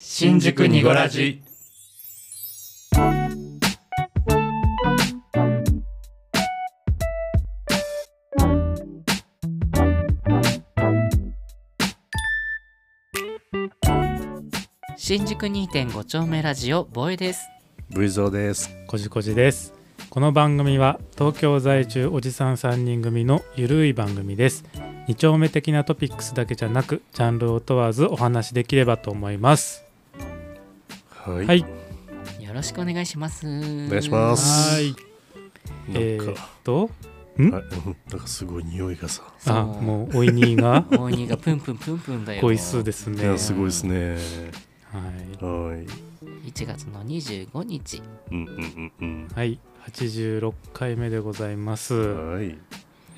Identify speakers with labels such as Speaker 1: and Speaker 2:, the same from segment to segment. Speaker 1: 新宿にごラジ
Speaker 2: 新宿2.5丁目ラジオボーイです
Speaker 3: ブイゾーです。
Speaker 4: こじこじですこの番組は東京在住おじさん3人組のゆるい番組です二丁目的なトピックスだけじゃなくジャンルを問わずお話しできればと思います
Speaker 3: は
Speaker 4: はい
Speaker 2: よろしくお願いしますお
Speaker 3: 願いします
Speaker 4: はいえ
Speaker 3: なん
Speaker 4: ー、っ
Speaker 3: か、
Speaker 4: と
Speaker 3: あうん なんかすごい匂いがさ。
Speaker 2: そ
Speaker 4: あ
Speaker 2: う
Speaker 4: もうおい にが
Speaker 2: 大にがプンプンプンプンだよ
Speaker 4: 恋数です
Speaker 3: い
Speaker 4: ね
Speaker 3: やすごいですね。
Speaker 4: はい、
Speaker 3: はい。
Speaker 2: 1月の25日
Speaker 3: うんうんうん
Speaker 4: はい、86回目でございます、
Speaker 3: うん。はい。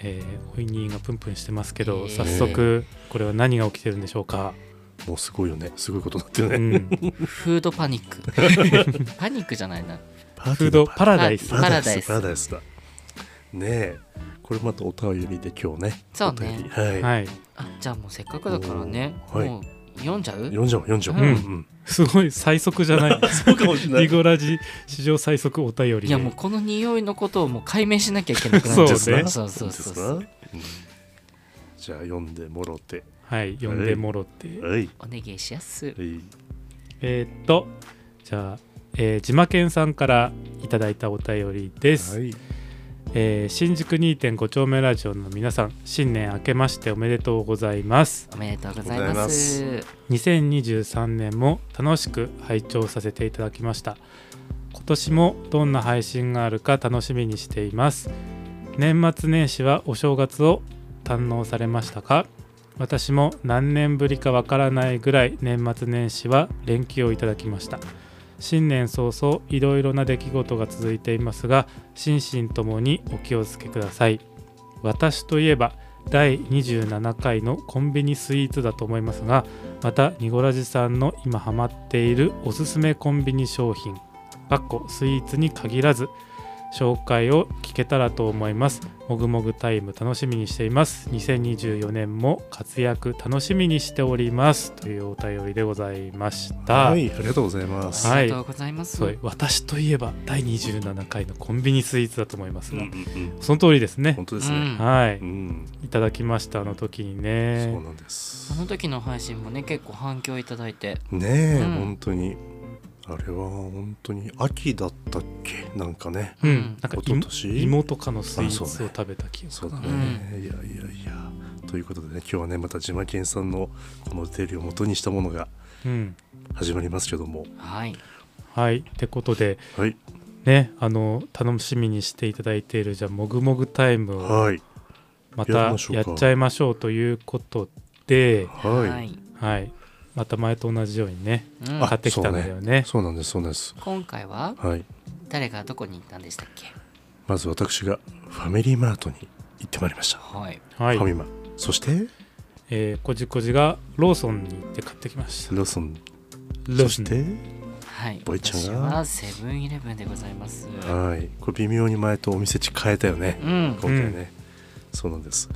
Speaker 4: えー、おいにがプンプンしてますけど、
Speaker 2: えー
Speaker 4: 早速これは何が起きてるんでしょう か、
Speaker 3: もうすごいよね。すごいことになってる
Speaker 4: う
Speaker 3: ね。
Speaker 4: ん、
Speaker 2: フードパニックパニックじゃないな
Speaker 3: パ
Speaker 4: フードパ
Speaker 3: ラ
Speaker 4: ラダイス
Speaker 2: パラダイス
Speaker 3: パラダイスだ。ねえ。これまたお便りで今日ね。
Speaker 2: そう
Speaker 3: お便り
Speaker 2: ね
Speaker 3: はい。
Speaker 4: はい
Speaker 2: あじゃあもうせっかくだからね
Speaker 3: おーはい
Speaker 2: もう読んじゃう
Speaker 3: 読んじゃおう読んじゃおう。
Speaker 2: うん
Speaker 3: うん
Speaker 4: すごい最速じゃない
Speaker 3: うん。そうかもしれな
Speaker 4: ニ
Speaker 3: い。
Speaker 4: ゴラジ史上最速お便りで
Speaker 2: いやもうこの匂いのことをもう解明しなきゃいけなくなっちゃう
Speaker 4: そうね
Speaker 2: そうそうそうそう
Speaker 3: ですなうんじゃあ読んでもろて。
Speaker 4: はい呼んでもろって、
Speaker 3: はい。
Speaker 2: お願いしやす
Speaker 3: はい。
Speaker 4: えーっとじゃあ、えー、島健さんからいただいたお便りです、
Speaker 3: はい。
Speaker 4: えー新宿2.5丁目ラジオの皆さん新年明けましておめでとうございます
Speaker 2: おめでとうございます
Speaker 3: お
Speaker 4: 2023年も楽しく拝聴させていただきました今年もどんな配信があるか楽しみにしています年末年始はお正月を堪能されましたか私も何年ぶりかわからないぐらい年末年始は連休をいただきました新年早々いろいろな出来事が続いていますが心身ともにお気をつけください私といえば第27回のコンビニスイーツだと思いますがまたニゴラジさんの今ハマっているおすすめコンビニ商品かっこスイーツに限らず紹介を聞けたらと思いますもぐもぐタイム楽しみにしています2024年も活躍楽しみにしておりますというお便りでございまし
Speaker 3: は
Speaker 4: た、
Speaker 3: い。ありがとうございます。
Speaker 2: あ
Speaker 4: はい
Speaker 2: りがとうございます
Speaker 4: そう私といえば第27回のコンビニスイーツだと思います
Speaker 3: うん
Speaker 4: が、
Speaker 3: うんうん。
Speaker 4: その通りですね
Speaker 3: 本当ですね。
Speaker 4: は
Speaker 3: う
Speaker 4: い
Speaker 3: ん。
Speaker 4: いただきましたあの時に
Speaker 3: そう
Speaker 4: ね
Speaker 3: なんです
Speaker 2: そ。の時の配信もね結構反響いただいて
Speaker 3: ねえ、
Speaker 2: うん
Speaker 3: 本当にあれは本当に秋だったっけなんかね
Speaker 4: う
Speaker 2: うん
Speaker 4: んなんか
Speaker 3: 一昨
Speaker 4: 芋
Speaker 3: 年
Speaker 4: 芋とかのスイーツを
Speaker 3: あそうね
Speaker 4: 食べた気がす
Speaker 3: そう
Speaker 4: る
Speaker 3: だね、いやいやいやということでね今日はねまた島健さんのこのお手入れを元にしたものが
Speaker 4: うん
Speaker 3: 始まりますけども
Speaker 2: はい
Speaker 4: はいってことで
Speaker 3: はい
Speaker 4: ねあの楽しみにしていただいているじゃあもぐもぐタイムを
Speaker 3: はい
Speaker 4: ま
Speaker 3: やり
Speaker 4: た
Speaker 3: ましょう
Speaker 4: や
Speaker 3: か
Speaker 4: っちゃいましょうということで
Speaker 3: はい、
Speaker 4: はいまた前と同じようにね
Speaker 2: うん
Speaker 3: あ
Speaker 4: 買ってきたんだよね
Speaker 3: そうなんですそうなんです
Speaker 2: 今回は
Speaker 3: はい
Speaker 2: 誰がどこに行ったんでしたっけ
Speaker 3: まず私がファミリーマートに行ってまいりました、
Speaker 2: はい
Speaker 4: は
Speaker 3: ファミ
Speaker 4: い
Speaker 3: マそして
Speaker 4: えーこじこじがローソンに行って買ってきました
Speaker 3: ローソン
Speaker 4: ロー
Speaker 3: そ
Speaker 4: ソ
Speaker 3: し
Speaker 4: ン
Speaker 3: て
Speaker 2: はい
Speaker 3: ボイちゃん
Speaker 2: 私
Speaker 3: が
Speaker 2: はセブンイレブンでございます
Speaker 3: はいこれ微妙に前とお店地変えたよね、
Speaker 2: うん
Speaker 3: 今回ね、そうなんです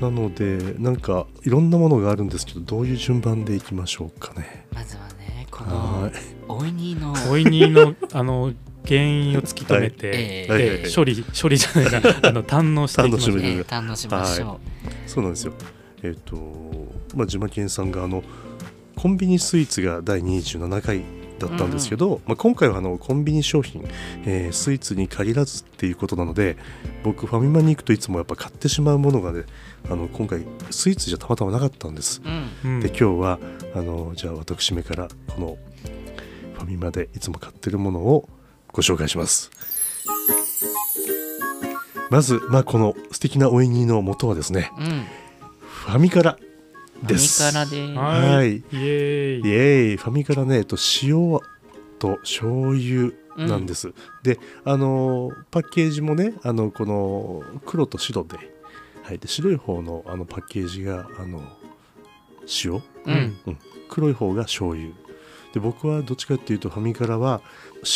Speaker 3: なのでなんかいろんなものがあるんですけどどういう順番でいきましょうかね
Speaker 2: まずはねこ
Speaker 3: は
Speaker 2: のおいにの
Speaker 4: おいにのあの原因を突き止めて、
Speaker 2: え
Speaker 3: はい
Speaker 2: ー
Speaker 4: で処理処理じゃない なあの堪能していきましょ
Speaker 3: 堪能
Speaker 4: う
Speaker 3: し
Speaker 2: えー堪能しましょ
Speaker 3: いそうなんですよえっ、とまあ島健さんがあのコンビニスイーツが第27回だったんですけど、まあ、今回はあのコンビニ商品、えースイーツに限らずっていうことなので僕ファミマに行くといつもやっぱ買ってしまうものがねあの今回スイーツじゃたまたまなかったんです
Speaker 2: ううん
Speaker 4: うん
Speaker 3: で今日はあのじゃあ私めからこのファミマでいつも買ってるものをご紹介しますまず、まあ、この素敵なおいにの元はですね
Speaker 2: うん
Speaker 3: ファミからで
Speaker 2: 何
Speaker 3: す
Speaker 2: からで
Speaker 4: は
Speaker 3: はいい
Speaker 4: イ
Speaker 3: イ
Speaker 4: エーイ
Speaker 3: エーイファミからね、えっと、塩と醤油なんです、であのパッケージもねあのこの黒と白で、はい、で白い方のあのパッケージがあの塩
Speaker 2: う
Speaker 4: うんん
Speaker 3: 黒い方が醤油で僕はどっちかっていうとファミからは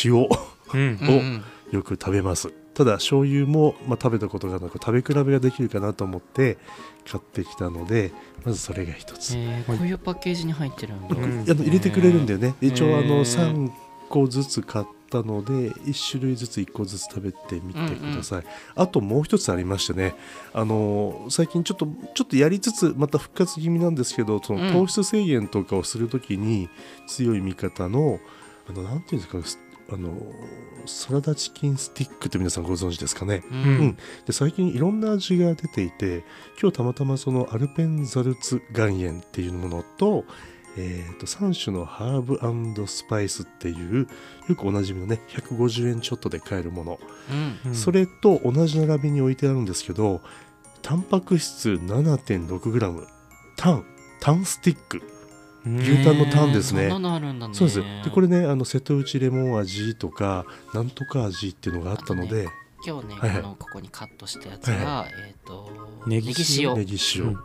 Speaker 3: 塩を
Speaker 4: うん
Speaker 2: うん
Speaker 3: よく食べますただ醤油も、まあ、食べたことがなく食べ比べができるかなと思って買ってきたのでまずそれが一つ、
Speaker 2: えーこういうパッケージに入ってるんだ、
Speaker 4: うん
Speaker 3: あの入れてくれるんだよね、
Speaker 2: へー
Speaker 3: 一応あ
Speaker 2: へ
Speaker 3: の
Speaker 2: ー
Speaker 3: 3個ずつ買ったので1種類ずつ1個ずつ食べてみてください、あともう一つありましてねあの最近ちょっとちょっとやりつつまた復活気味なんですけどそ
Speaker 2: うん
Speaker 3: の糖質制限とかをするときに強い味方のあのなんていうんですかすあのサラダチキンスティックって皆さんご存知ですかね
Speaker 2: う
Speaker 4: うん
Speaker 3: んで最近いろんな味が出ていて今日たまたまそのアルペンザルツ岩塩っていうものと,、えーと3種のハーブスパイスっていうよくおなじみのね150円ちょっとで買えるもの、
Speaker 2: うん
Speaker 4: うん
Speaker 3: それと同じ並びに置いてあるんですけどタンパク質 7.6g タンタンスティック
Speaker 4: うん
Speaker 3: 牛タンのタンですね
Speaker 2: へーそんなのあるんだね
Speaker 3: そうですでこれねあの瀬戸内レモン味とかなんとか味っていうのがあったので、
Speaker 2: 今日ね、
Speaker 3: はいはい
Speaker 2: このここにカットしたやつが、えっ、と
Speaker 4: ネ
Speaker 2: ネ
Speaker 4: ギ
Speaker 2: ギ
Speaker 4: 塩
Speaker 2: 塩
Speaker 3: ネギ
Speaker 4: う
Speaker 3: 塩
Speaker 4: ん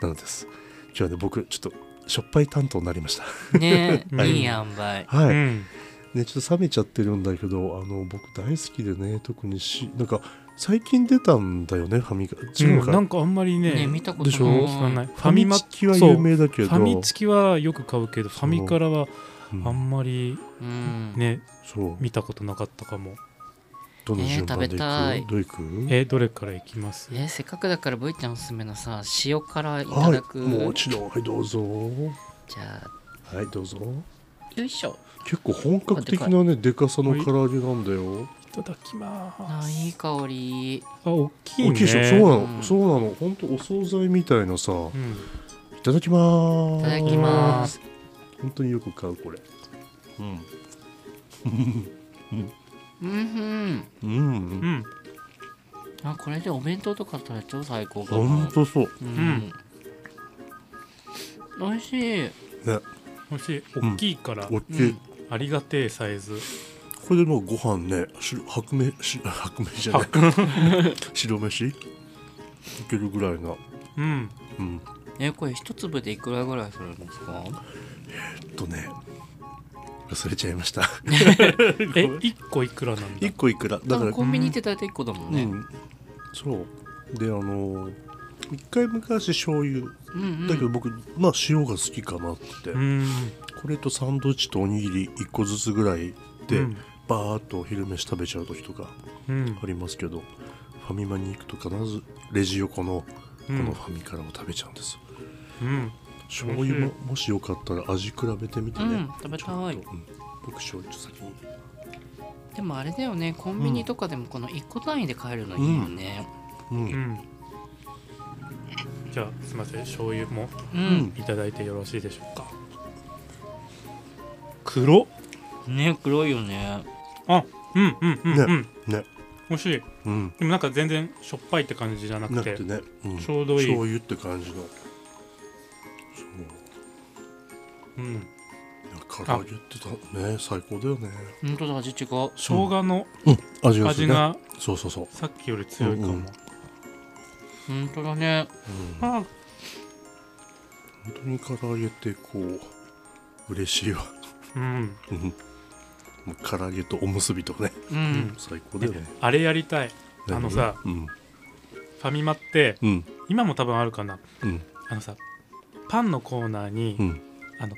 Speaker 3: なんです、今日はね僕ちょっとしょっぱい担当になりました
Speaker 2: ね
Speaker 4: はい
Speaker 2: いい塩梅
Speaker 3: はい、
Speaker 4: うん
Speaker 3: ねちょっと冷めちゃってるんだけどあの僕大好きでね特にしなんか最近出たんだよねファミカ違うの
Speaker 4: うん
Speaker 3: か、
Speaker 4: なんかあんまりね
Speaker 2: ね見たこと
Speaker 3: で
Speaker 2: ない
Speaker 3: しょ
Speaker 4: 知らないフ
Speaker 3: ファミマキは
Speaker 4: そう
Speaker 3: 有名だけど
Speaker 4: ファミチキはよく買うけどファミからは
Speaker 3: うん
Speaker 4: あんまり
Speaker 2: うん、
Speaker 4: ね
Speaker 3: そう
Speaker 4: 見たことなかったかも
Speaker 3: どの順番でいく、
Speaker 2: えー食べたい
Speaker 3: どういく
Speaker 4: えどれからいきます
Speaker 2: えーせっかくだから V ちゃんおすすめのさ塩からいただ
Speaker 3: はい
Speaker 2: く、
Speaker 3: もちろんはいどうぞは
Speaker 2: じゃあ
Speaker 3: いどうぞ
Speaker 2: よいしょ
Speaker 3: 結構本格的なねでかさの唐揚げなんだよ
Speaker 4: いただきま
Speaker 2: あ
Speaker 4: す
Speaker 2: いい香り
Speaker 4: あ大きいね
Speaker 3: 大きいでしょそうなの、
Speaker 2: うん
Speaker 3: そうなの本当お惣菜みたいなさい
Speaker 4: うん
Speaker 3: ただきま
Speaker 2: い
Speaker 3: ー
Speaker 2: ただ
Speaker 3: す
Speaker 2: きます
Speaker 3: 本当によく買うこれうん
Speaker 2: うんうん
Speaker 3: うん、うん
Speaker 4: うん
Speaker 2: あこれでお弁当とかだったら超最高か
Speaker 3: ほん
Speaker 2: も
Speaker 3: とそう。
Speaker 2: うん、美味しい
Speaker 3: ね、
Speaker 4: 美味しい
Speaker 3: うん
Speaker 4: 大きいから
Speaker 3: おっきい。
Speaker 2: うん
Speaker 4: ありがてえサイズ
Speaker 3: これでもうご飯ね、し白米、し白米じゃない。 白飯いけるぐらいな。
Speaker 4: うん
Speaker 3: うん。
Speaker 2: えこれ一粒でいくらぐらいするんですか
Speaker 3: えっとね、忘れちゃいました。
Speaker 4: え一個いくらなんだ
Speaker 3: 一個いくら。だ
Speaker 2: 多
Speaker 3: から、
Speaker 2: 分コンビニって大体一個だもん
Speaker 3: う
Speaker 2: ね、
Speaker 3: ん。そう。で、あのー一回昔醤油
Speaker 2: うんうん
Speaker 3: だけど僕、まあ塩が好きかなって、
Speaker 4: うん
Speaker 3: これとサンドイッチとおにぎり1個ずつぐらいで、
Speaker 4: うん
Speaker 3: バーッとお昼飯食べちゃう時とか
Speaker 4: うん
Speaker 3: ありますけどファミマに行くと必ずレジ横のこ
Speaker 4: うん
Speaker 3: のファミからを食べちゃうんです、
Speaker 4: うん
Speaker 3: 醤油ももしよかったら味比べてみてね、
Speaker 2: うん食べたい
Speaker 3: ちょっとうん僕醤油ちょっと先に
Speaker 2: でもあれだよねコンビニとかでもこの1個単位で買えるのいいよね
Speaker 3: うん、
Speaker 4: うんじゃあすいません醤油も
Speaker 2: う、
Speaker 3: うん
Speaker 4: いただいてよろしいでしょうか黒っ
Speaker 2: ね黒いよね
Speaker 4: あうんうんうんうん、
Speaker 3: ね
Speaker 4: 美味しい
Speaker 3: うん
Speaker 4: でもなんか全然しょっぱいって感じじゃなく
Speaker 3: な
Speaker 4: て
Speaker 3: くてね、うん
Speaker 4: ちょうどいい
Speaker 3: 醤油って感じのそう
Speaker 4: うん、
Speaker 3: いや唐揚げってたね最高だよね
Speaker 2: ほんとだ味違う
Speaker 4: 生姜の
Speaker 3: うん味がす
Speaker 4: 味
Speaker 3: るね
Speaker 4: が
Speaker 3: そうそうそう、
Speaker 4: さっきより強いかも、
Speaker 3: うんうん
Speaker 2: ほんとだね
Speaker 3: うん、
Speaker 4: あ
Speaker 3: 本当に唐揚げってこう嬉しいわ
Speaker 4: うん
Speaker 3: うんもう唐揚げとおむすびとかね
Speaker 2: うん、
Speaker 4: ん
Speaker 3: 最高だよね
Speaker 4: あれやりたいあのさ
Speaker 3: うん
Speaker 4: ファミマって
Speaker 3: うん
Speaker 4: 今も多分あるかな
Speaker 3: うん
Speaker 4: あのさパンのコーナーに、
Speaker 3: うん
Speaker 4: あの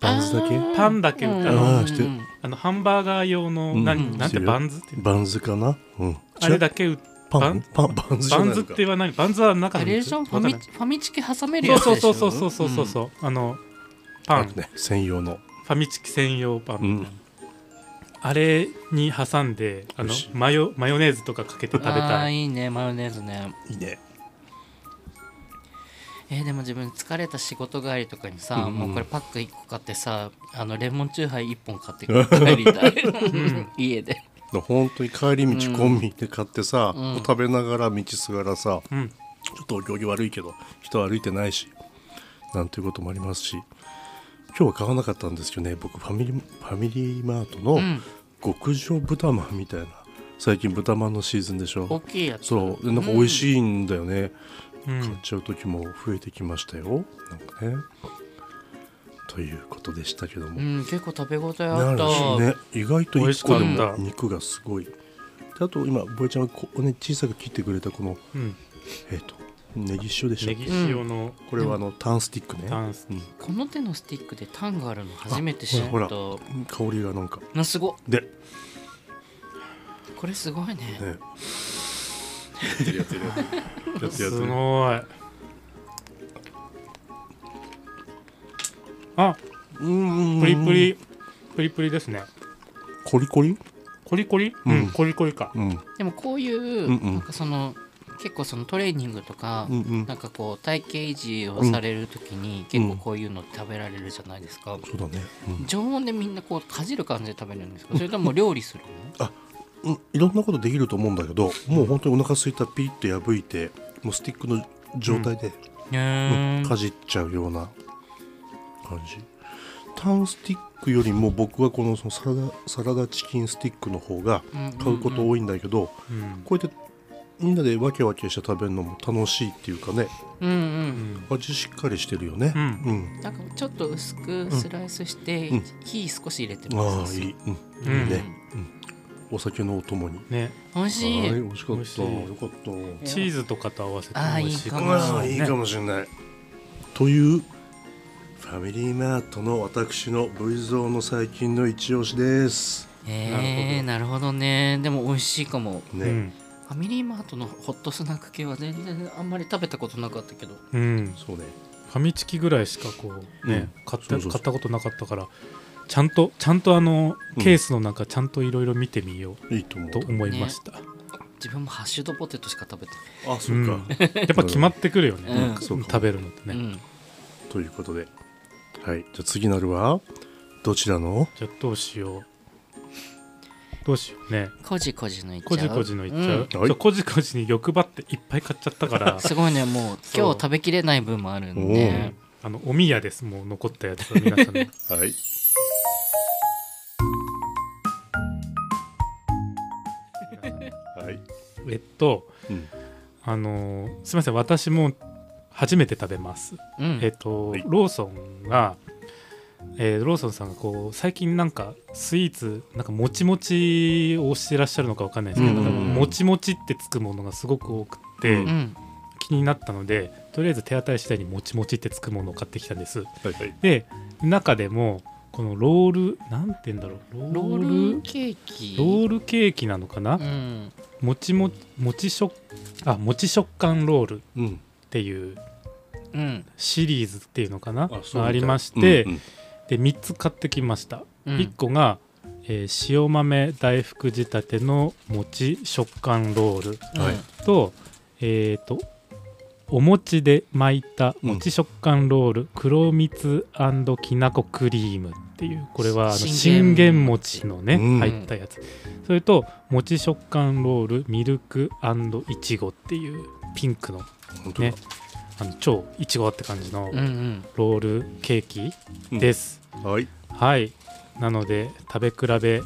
Speaker 3: バンズだけ
Speaker 2: あー
Speaker 4: パンだけ売って
Speaker 3: ある
Speaker 2: うん
Speaker 3: あーして
Speaker 4: あのハンバーガー用の、
Speaker 3: うん
Speaker 4: 何なん
Speaker 3: して
Speaker 4: て
Speaker 3: る
Speaker 4: バンズって
Speaker 3: バンズかなうん
Speaker 4: あれだけ売っ
Speaker 3: パンパンバンズじゃ
Speaker 4: バ
Speaker 3: ない
Speaker 4: ン
Speaker 3: の
Speaker 4: ズっ
Speaker 3: か
Speaker 4: て言わないバンズは中
Speaker 2: あ
Speaker 4: の
Speaker 2: れでしょファ
Speaker 4: わかん
Speaker 2: ミ
Speaker 4: ない
Speaker 2: ファミチキ挟めるやつ
Speaker 4: そう
Speaker 2: でし
Speaker 4: そ
Speaker 2: ょ
Speaker 4: うそうそうそうそうそう、あのパ
Speaker 3: あ
Speaker 4: ン
Speaker 3: るね専用の
Speaker 4: ファミチキ専用パン、
Speaker 3: うん
Speaker 4: あれに挟んであ
Speaker 3: 美
Speaker 4: の
Speaker 3: 味しい
Speaker 4: マヨマヨネーズとかかけて食べ
Speaker 2: あ
Speaker 4: た
Speaker 2: あ
Speaker 4: い
Speaker 2: いいねマヨネーズね
Speaker 3: いいね
Speaker 2: えーでも自分疲れた仕事帰りとかにさ、
Speaker 3: うんうん
Speaker 2: もうこれパック1個買ってさあのレモンチューハイ1本買って帰りたい家で
Speaker 3: だ本当に帰り道コンビニで買ってさ
Speaker 2: うん
Speaker 3: 食べながら道すがらさ
Speaker 4: うん
Speaker 3: ちょっとお行儀悪いけど人歩いてないしなんていうこともありますし今日は買わなかったんですけどね僕ファミリーファミリーマートの
Speaker 2: うん
Speaker 3: 極上豚まんみたいな最近豚まんのシーズンでしょ
Speaker 2: 大きいやつ
Speaker 3: そうでなんか美味しいんだよね、
Speaker 4: うん
Speaker 3: 買っちゃう時も増えてきましたよなんかねということでしたけども、
Speaker 2: うん結構食べ応えあ
Speaker 3: な
Speaker 2: っ
Speaker 3: る
Speaker 2: た
Speaker 3: しね意外と
Speaker 4: 美味し
Speaker 3: 1
Speaker 4: かっ
Speaker 3: 個
Speaker 4: た
Speaker 3: でも肉がすごいであと今ボエちゃんがこう、ね、小さく切ってくれたこの
Speaker 4: うん、
Speaker 3: えっ、とネギ塩でし
Speaker 4: ネ
Speaker 3: ょ
Speaker 4: ギ塩の
Speaker 3: これはあのターンスティックね
Speaker 4: タンス、
Speaker 2: この手のスティックでタンがあるの初めて知っ
Speaker 3: ほら
Speaker 2: た
Speaker 3: 香りがなんか
Speaker 2: なすごっ
Speaker 3: で、
Speaker 2: これすごいね
Speaker 3: ね、
Speaker 5: やってるやってるやってる
Speaker 3: やってや
Speaker 4: す
Speaker 3: って
Speaker 4: ごいあ
Speaker 3: うん
Speaker 4: プリプリプリプリですね
Speaker 3: コリコリ
Speaker 4: コリコリ
Speaker 3: う
Speaker 4: うんんコリコリか
Speaker 3: うんうん
Speaker 2: でもこういう、
Speaker 3: んうん
Speaker 2: なんかその結構そのトレーニングとか、
Speaker 3: うん
Speaker 2: なんかこう体型維持をされるときに、結構こういうのって食べられるじゃないですか、
Speaker 3: そうだね、うん
Speaker 2: 常温でみんなこうかじる感じで食べるんですかそれとも料理するの
Speaker 3: うん、いろんなことできると思うんだけどもう本当にお腹空いたらピリッと破いてもうスティックの状態で、 うんかじっちゃうような感じタンスティックよりも僕はこのそのサラダサラダチキンスティックの方が買うこと多いんだけど、
Speaker 4: うん
Speaker 3: こうやってみんなでワケワケして食べるのも楽しいっていうかね
Speaker 2: うんうん
Speaker 4: う
Speaker 2: うん
Speaker 4: ん
Speaker 3: 味しっかりしてるよね
Speaker 4: うん
Speaker 3: うん、
Speaker 2: なんかちょっと薄くスライスして、
Speaker 3: うん
Speaker 2: 火少し入れて
Speaker 3: あ
Speaker 2: ま
Speaker 3: あ
Speaker 2: す
Speaker 3: いい、うん、
Speaker 4: うん
Speaker 2: うん
Speaker 3: ねお酒のお供に
Speaker 4: ね
Speaker 2: 美味しい
Speaker 3: はい美味しかっ
Speaker 4: 美味しい
Speaker 3: たよかった
Speaker 4: チーズとかと合わせて
Speaker 2: あー
Speaker 4: 美味しいか
Speaker 2: いい
Speaker 4: も
Speaker 2: か
Speaker 4: しれ
Speaker 3: ま
Speaker 4: な
Speaker 3: あ
Speaker 4: い
Speaker 3: いい
Speaker 4: ね
Speaker 3: かもしれない。というファミリーマートの私の V ゾーの最近の一押しです。
Speaker 2: えー、なるほどねでも美味しいかも
Speaker 3: ね、
Speaker 4: うん
Speaker 2: ファミリーマートのホットスナック系は全然あんまり食べたことなかったけど
Speaker 4: うん
Speaker 3: そうね。
Speaker 4: ファミチキぐらいしかこうね、買って
Speaker 3: そうそうそう
Speaker 4: 買ったことなかったからちゃんとちゃんとあの
Speaker 3: うん
Speaker 4: ケースの中ちゃんといろいろ見てみよ
Speaker 3: いいと思
Speaker 4: う
Speaker 3: う。
Speaker 4: と思いました、
Speaker 2: 自分もハッシュドポテトしか食べて
Speaker 3: あ、そうか。
Speaker 4: やっぱ決まってくるよね、
Speaker 2: うん
Speaker 3: そうか
Speaker 4: 食べるのって
Speaker 2: な
Speaker 4: ね、
Speaker 2: い、うん
Speaker 3: ということで、はい。じゃあ次なるはどちらの？
Speaker 4: じゃあどうしようどうしようね
Speaker 2: こじこじのいっちゃう
Speaker 4: こじこじのいっちゃう、
Speaker 3: うん
Speaker 4: そうこじこじに欲張っていっぱい買っちゃったか
Speaker 2: う
Speaker 4: ら
Speaker 2: んすごいねもう
Speaker 4: そう
Speaker 2: 今日食べきれない分もあるん
Speaker 3: お
Speaker 2: で
Speaker 3: う
Speaker 4: あのおみやですもう残ったやつは皆さんの
Speaker 3: はい。 はい。
Speaker 4: えっと
Speaker 3: うん。
Speaker 4: あのーすいません私も初めて食べます
Speaker 2: うん
Speaker 4: えっと、
Speaker 3: はい
Speaker 4: ローソンが、えーローソンさんがこう最近なんかスイーツなんかもちもちをしてらっしゃるのかわかんないですけど、
Speaker 3: うん
Speaker 4: なんかもちもちってつくものがすごく多くて、
Speaker 3: う
Speaker 2: うん
Speaker 4: 気になったのでとりあえず手当たり次第にもちもちってつくものを買ってきたんです
Speaker 3: はいはい。
Speaker 4: で中でもこのロールなんて言うんだろう
Speaker 2: ロ
Speaker 4: ロール
Speaker 2: ールケーキ
Speaker 4: ロールケーキなのかな、
Speaker 2: うん
Speaker 4: もちももち食あもち食感ロールっ
Speaker 3: うん。
Speaker 4: ていう
Speaker 2: うん
Speaker 4: シリーズっていうのかな
Speaker 3: あそうみたい
Speaker 4: がありまして、
Speaker 3: うんうん
Speaker 4: で3つ買ってきました、
Speaker 2: うん
Speaker 4: 1個が、えー塩豆大福仕立ての餅食感ロール
Speaker 3: はい
Speaker 4: と,、えー、とお餅で巻いた餅食感ロール、黒蜜きなこクリームっていうこれはあの
Speaker 2: 信
Speaker 4: 信
Speaker 2: 玄
Speaker 4: 玄
Speaker 2: 餅
Speaker 4: 餅のね、
Speaker 3: うん
Speaker 4: 入ったやつそれと餅食感ロールミルクいちごっていうピンクの
Speaker 3: 本当だ
Speaker 4: ね。あの超いちごって感じの
Speaker 2: うんうん
Speaker 4: ロールケーキです、
Speaker 3: はい。
Speaker 4: はいなので食べ比べ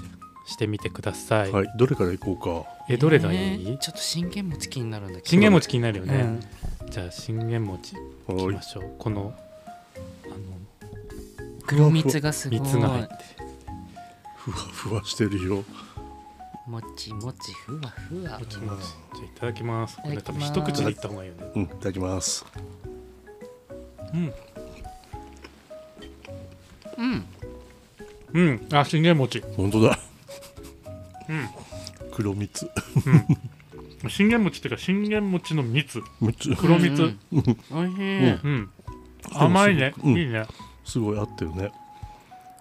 Speaker 4: してみてください、
Speaker 3: はい。どれからいこうか。
Speaker 4: えどれがい
Speaker 2: え
Speaker 4: い、
Speaker 2: ーちょっと信玄餅気になるんだけど
Speaker 4: 信玄餅気になるよ
Speaker 2: う
Speaker 4: ね、
Speaker 2: ん
Speaker 4: じゃあ信玄餅いき
Speaker 3: は
Speaker 4: ま
Speaker 3: い。
Speaker 4: しょうこのあの
Speaker 2: 黒蜜がすごい
Speaker 4: 蜜が入って
Speaker 3: ふわふわしてるよ。
Speaker 2: もちもちふわふわ
Speaker 4: る餅じゃあいただきますこれ
Speaker 2: いただき
Speaker 4: 多分
Speaker 2: ます
Speaker 4: 一口でいった方がいいよね
Speaker 3: うん、いただきます。
Speaker 4: うん
Speaker 2: うん
Speaker 4: うんあ信玄餅
Speaker 3: 本当だ。
Speaker 4: うん
Speaker 3: 黒蜜。
Speaker 4: 信玄餅っていうか信玄餅の蜜
Speaker 3: 蜜。
Speaker 4: 黒蜜
Speaker 2: うんうん美味しい
Speaker 4: うん甘いね
Speaker 3: うん
Speaker 4: いいね
Speaker 3: すごい合ってるね。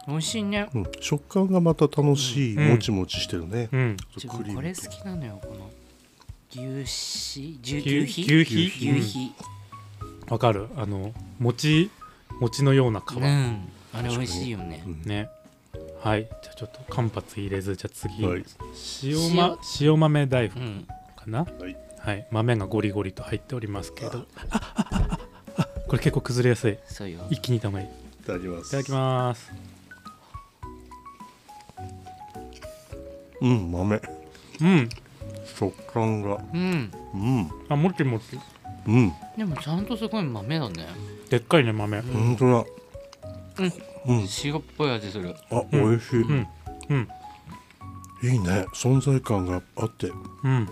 Speaker 2: 美味しいね
Speaker 3: うん、食感がまた楽しい、
Speaker 4: うん
Speaker 3: もちもちしてるね。
Speaker 4: うん
Speaker 2: 自
Speaker 3: クリ
Speaker 2: 分
Speaker 3: ー
Speaker 2: これ
Speaker 3: ム
Speaker 2: 好きなのよこの牛脂
Speaker 4: 牛
Speaker 2: 牛皮
Speaker 4: 牛皮
Speaker 2: 牛皮
Speaker 4: わかるあの餅餅のような皮、
Speaker 2: うんあれ美味しいよね
Speaker 3: うん
Speaker 4: ねはいじゃあちょっと間髪入れずじゃあ次、
Speaker 3: はい
Speaker 4: 塩ま塩豆大
Speaker 2: う
Speaker 4: 福
Speaker 2: ん
Speaker 4: かな、
Speaker 3: はい
Speaker 4: はい、豆がゴリゴリと入っておりますけどあああああこれ結構崩れやすい
Speaker 2: そうよ
Speaker 4: 一気にいった方がいいい
Speaker 3: いただきます。
Speaker 4: ただきます
Speaker 3: うん、豆。
Speaker 4: うん
Speaker 3: 食感が。
Speaker 2: うん
Speaker 3: うん。
Speaker 4: あもちもち
Speaker 3: うん。
Speaker 2: でもちゃんとすごい豆だね
Speaker 4: でっかいね豆
Speaker 3: 本当だ。
Speaker 2: うん
Speaker 3: うん。
Speaker 2: 塩っぽい味する
Speaker 3: あ、美味しい。
Speaker 4: うんうん
Speaker 3: えいいね存在感があって
Speaker 4: うん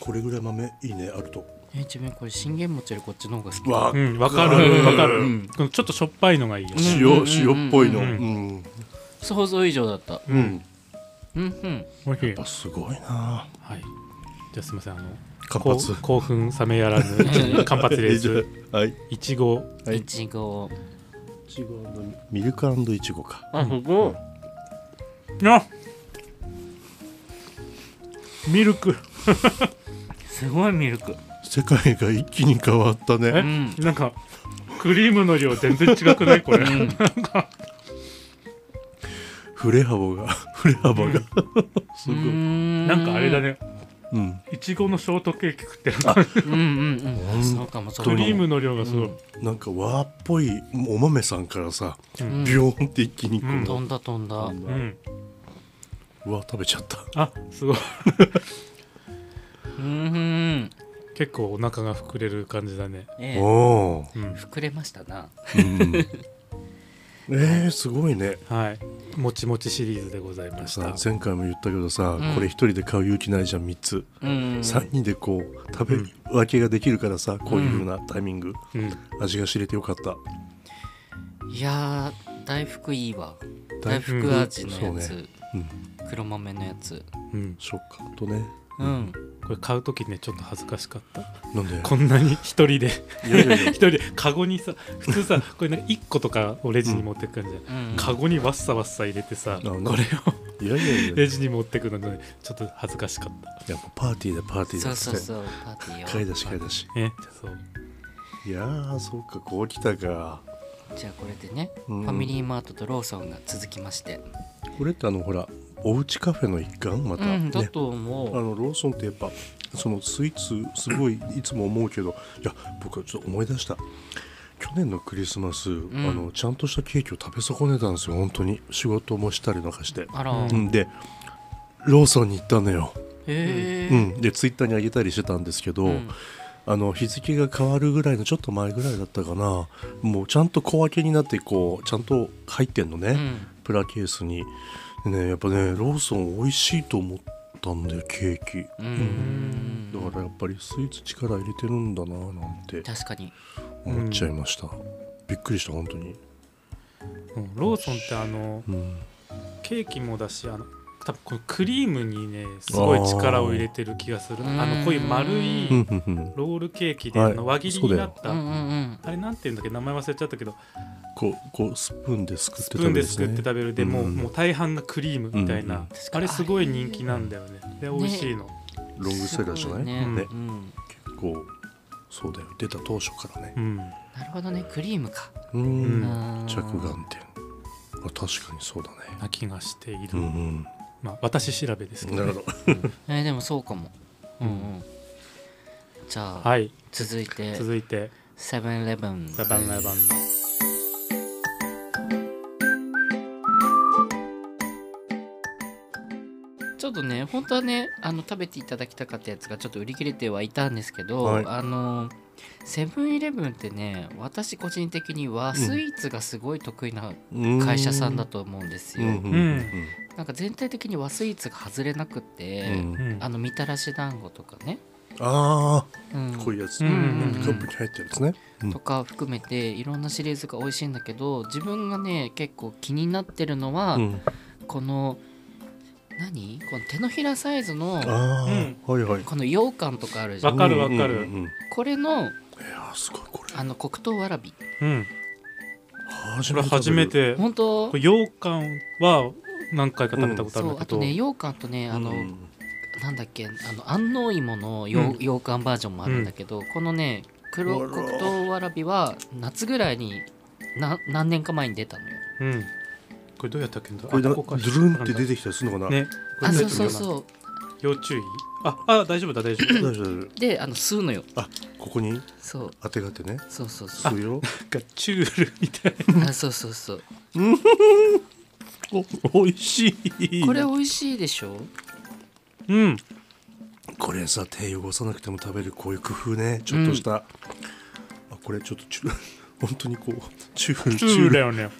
Speaker 3: これぐらい豆いいねあると
Speaker 2: え自分これ信玄餅よりこっちの方が好き
Speaker 3: わ
Speaker 4: うんわかるわかる、
Speaker 2: うん
Speaker 4: このちょっとしょっぱいのがいいよね、
Speaker 3: 塩
Speaker 2: うん
Speaker 3: 塩っぽいの
Speaker 4: う
Speaker 3: うんん
Speaker 2: 想像以上だった
Speaker 3: う
Speaker 2: う
Speaker 3: ん、
Speaker 2: んうん
Speaker 4: おいしい
Speaker 3: あすごいな
Speaker 4: はいじゃあすみませんあの
Speaker 3: 活
Speaker 4: こ
Speaker 3: 発
Speaker 4: う興奮冷めやらぬ間髪レース
Speaker 3: はい
Speaker 4: いちご
Speaker 3: はい
Speaker 2: いちご
Speaker 3: いちごミルクいちごか
Speaker 2: あすご
Speaker 4: あミルク
Speaker 2: すごいミルク
Speaker 3: 世界が一気に変わった
Speaker 4: え、
Speaker 3: ね
Speaker 2: ん
Speaker 4: なんかクリームの量全然違くないこれ、
Speaker 3: 振れ幅が振れ幅がすごい
Speaker 2: な
Speaker 4: な
Speaker 2: ん
Speaker 4: かあれだね
Speaker 3: うん
Speaker 4: いちごのショートケーキ食ってる
Speaker 2: うんうんうんそうかもそうかも
Speaker 4: クリームの量がすごい、
Speaker 3: なんか和っぽいお豆さんからさ
Speaker 4: うん
Speaker 3: ビヨーンって一気にこ
Speaker 4: うん
Speaker 2: 飛
Speaker 3: の
Speaker 2: んだ飛んだ
Speaker 4: うん
Speaker 3: うわ食べちゃった
Speaker 4: あすごい
Speaker 2: うんうん
Speaker 4: 結構お腹が膨れる感じだね、
Speaker 2: ええ
Speaker 3: おー
Speaker 4: うん、
Speaker 2: 膨れましたな
Speaker 3: うん えーすごいね
Speaker 4: はいもちもちシリーズでございました
Speaker 3: さ前回も言ったけどさ
Speaker 2: うん
Speaker 3: これ一人で買う勇気ないじゃん3つ
Speaker 2: うん
Speaker 3: 3人でこう食べ分けができるからさこういうふうなタイミング
Speaker 4: うん、
Speaker 3: 味が知れてよかった
Speaker 2: いやー大福いいわ
Speaker 3: 大
Speaker 2: 大
Speaker 3: 福
Speaker 2: 福味のや
Speaker 3: そう
Speaker 2: つ
Speaker 3: うん
Speaker 2: 黒豆のやつ
Speaker 4: うん、
Speaker 3: 食感とね
Speaker 2: うん
Speaker 4: これ買う時ねちょっと恥ずかしかった
Speaker 3: なんで
Speaker 4: こんなに一人で
Speaker 3: いやいやい や
Speaker 4: 一人でカゴにさ普通さこれなんか1個とかをレジに持ってく感じじゃん、
Speaker 2: うん
Speaker 4: カゴにわっさわっさ入れてさ
Speaker 3: あ
Speaker 4: こ
Speaker 3: な
Speaker 4: れを
Speaker 3: いやいやいや
Speaker 4: レジに持ってくのねちょっと恥ずかしかった
Speaker 3: やっぱパーティーだパーティー
Speaker 2: そ
Speaker 3: だ
Speaker 2: うそうそうパーティーよ
Speaker 3: 買い出し買い出し
Speaker 4: ねそう
Speaker 3: いやーそうかこう来たか
Speaker 2: じゃあこれでね、
Speaker 3: うん
Speaker 2: ファミリーマートとローソンが続きまして、
Speaker 3: これってあのほらおうちカフェの一環また、
Speaker 2: うん、だ
Speaker 3: ね
Speaker 2: と
Speaker 3: あ
Speaker 2: 思う、
Speaker 3: のローソンってやっぱそのスイーツすごいいつも思うけどいや僕はちょっと思い出した去年のクリスマス、
Speaker 2: ん
Speaker 3: あのちゃんとしたケーキを食べ損ねたんですよ本当に仕事もしたりなんかして
Speaker 2: あら、
Speaker 4: うん
Speaker 3: うんでローソンに行ったのよ、
Speaker 2: へえ、
Speaker 3: うん、でツイッターにあげたりしてたんですけど、
Speaker 2: うん
Speaker 3: あの日付が変わるぐらいのちょっと前ぐらいだったかなもうちゃんと小分けになってこうちゃんと入ってんのね、
Speaker 2: うん
Speaker 3: プラケースにでねやっぱねローソン美味しいと思ったんだよケーキ
Speaker 2: う
Speaker 3: うん
Speaker 2: ん
Speaker 3: だからやっぱりスイーツ力入れてるんだななんて
Speaker 2: 確かに
Speaker 3: 思っちゃいました、びっくりした本当に
Speaker 4: うんローソンってあの
Speaker 3: うん
Speaker 4: ケーキもだしあの多分このクリームにねすごい力を入れてる気がする
Speaker 2: あー
Speaker 4: あのこういう丸
Speaker 2: う
Speaker 4: い
Speaker 3: んうんうん
Speaker 4: ロールケーキで、
Speaker 3: はい
Speaker 4: あの輪切りになっ
Speaker 2: う
Speaker 4: た、
Speaker 2: んうん
Speaker 4: あれなんていうんだっけ名前忘れちゃったけど
Speaker 3: こうこうスプーンですくって
Speaker 4: スプ
Speaker 3: 食
Speaker 4: ー
Speaker 3: べる
Speaker 4: ンで
Speaker 3: やつ
Speaker 4: すくって
Speaker 3: ね
Speaker 4: 食べるでもう,、
Speaker 3: うん
Speaker 4: もう大半がクリームみたいな、
Speaker 3: うん
Speaker 4: あれすごい人気なんだよねで美味しいの、
Speaker 3: ロングセラーじ
Speaker 2: す
Speaker 3: ゃない
Speaker 2: ごね
Speaker 3: ね
Speaker 2: うん
Speaker 3: 結構そうだよ出た当初からね
Speaker 4: うん
Speaker 2: なるほどねクリームか
Speaker 3: う
Speaker 4: うん
Speaker 3: ん
Speaker 2: うん
Speaker 3: 着眼点あ確かにそうだね
Speaker 4: な気がしている、
Speaker 3: うんうん
Speaker 4: まあ私調べですけど
Speaker 3: な
Speaker 4: ね、
Speaker 3: るほど
Speaker 2: えーでもそうかもうんうんじゃあ、
Speaker 4: はい
Speaker 2: 続いて
Speaker 4: 続いて
Speaker 2: セブンイレブン
Speaker 4: ラバンラバン
Speaker 2: ちょっとね本当はねあの食べていただきたかったやつがちょっと売り切れてはいたんですけど、
Speaker 3: はい
Speaker 2: あのセブンイレブンってね私個人的にはスイーツがすごい得意な
Speaker 3: うん
Speaker 2: 会社さんだと思うんです
Speaker 3: う
Speaker 2: よ、
Speaker 3: んうん
Speaker 2: なんか全体的に和スイーツが外れなくて、
Speaker 3: うんうん
Speaker 4: うん
Speaker 2: あのみたらし団子とかね、
Speaker 3: あ
Speaker 2: うん
Speaker 3: あこういうやつ
Speaker 4: う
Speaker 3: カ
Speaker 4: ん
Speaker 2: うん
Speaker 3: ップに入ってるやつねうん
Speaker 2: とか含めていろんなシリーズが美味しいんだけど自分がね結構気になってるのは、
Speaker 3: うん
Speaker 2: この何この手のひらサイズの
Speaker 3: ああはいはい
Speaker 2: この羊羹とかあるじゃ
Speaker 4: わ
Speaker 2: ん
Speaker 4: かるわかる
Speaker 3: うんうんうんい
Speaker 2: これの
Speaker 3: やーすごいこれ
Speaker 2: あの黒糖わらび
Speaker 4: うん
Speaker 3: 初
Speaker 4: これ初めて
Speaker 2: 本当
Speaker 4: これ羊羹は何回か食べたこと
Speaker 2: そ
Speaker 4: あるん
Speaker 2: う
Speaker 4: だ
Speaker 2: あ
Speaker 4: けど、
Speaker 2: とね羊羹とねあの、
Speaker 3: うん
Speaker 2: なんだっけあの安納芋の
Speaker 4: うん
Speaker 2: 羊羊羹バージョンもあるんだけど、このね
Speaker 3: あ
Speaker 2: 黒
Speaker 3: ら
Speaker 2: 黒糖わらびは夏ぐらいにな何年か前に出たのよ
Speaker 4: うん、これどうやったっけ
Speaker 3: これなん
Speaker 4: あここ
Speaker 3: か
Speaker 4: か
Speaker 3: ドゥルンって出てきたりするのかな
Speaker 4: ね
Speaker 2: あ
Speaker 3: これ
Speaker 2: そ
Speaker 3: ね
Speaker 2: うそうそう
Speaker 4: 要注意ああ大丈夫だ大丈
Speaker 3: 大丈夫
Speaker 4: 夫
Speaker 3: 大丈
Speaker 2: であの吸うのよ
Speaker 3: 夫あここに
Speaker 2: そう
Speaker 3: 当てがってね
Speaker 2: そうそうそう
Speaker 3: するよ
Speaker 4: がチュールみたい
Speaker 2: あそうそうそう
Speaker 3: お美味しい
Speaker 2: これ美味しいでしょ
Speaker 4: うん
Speaker 3: これさ手汚さなくても食べるこういう工夫ねちょっとした、あこれちょっとチュ 本当にこうチュール
Speaker 4: チュールだよね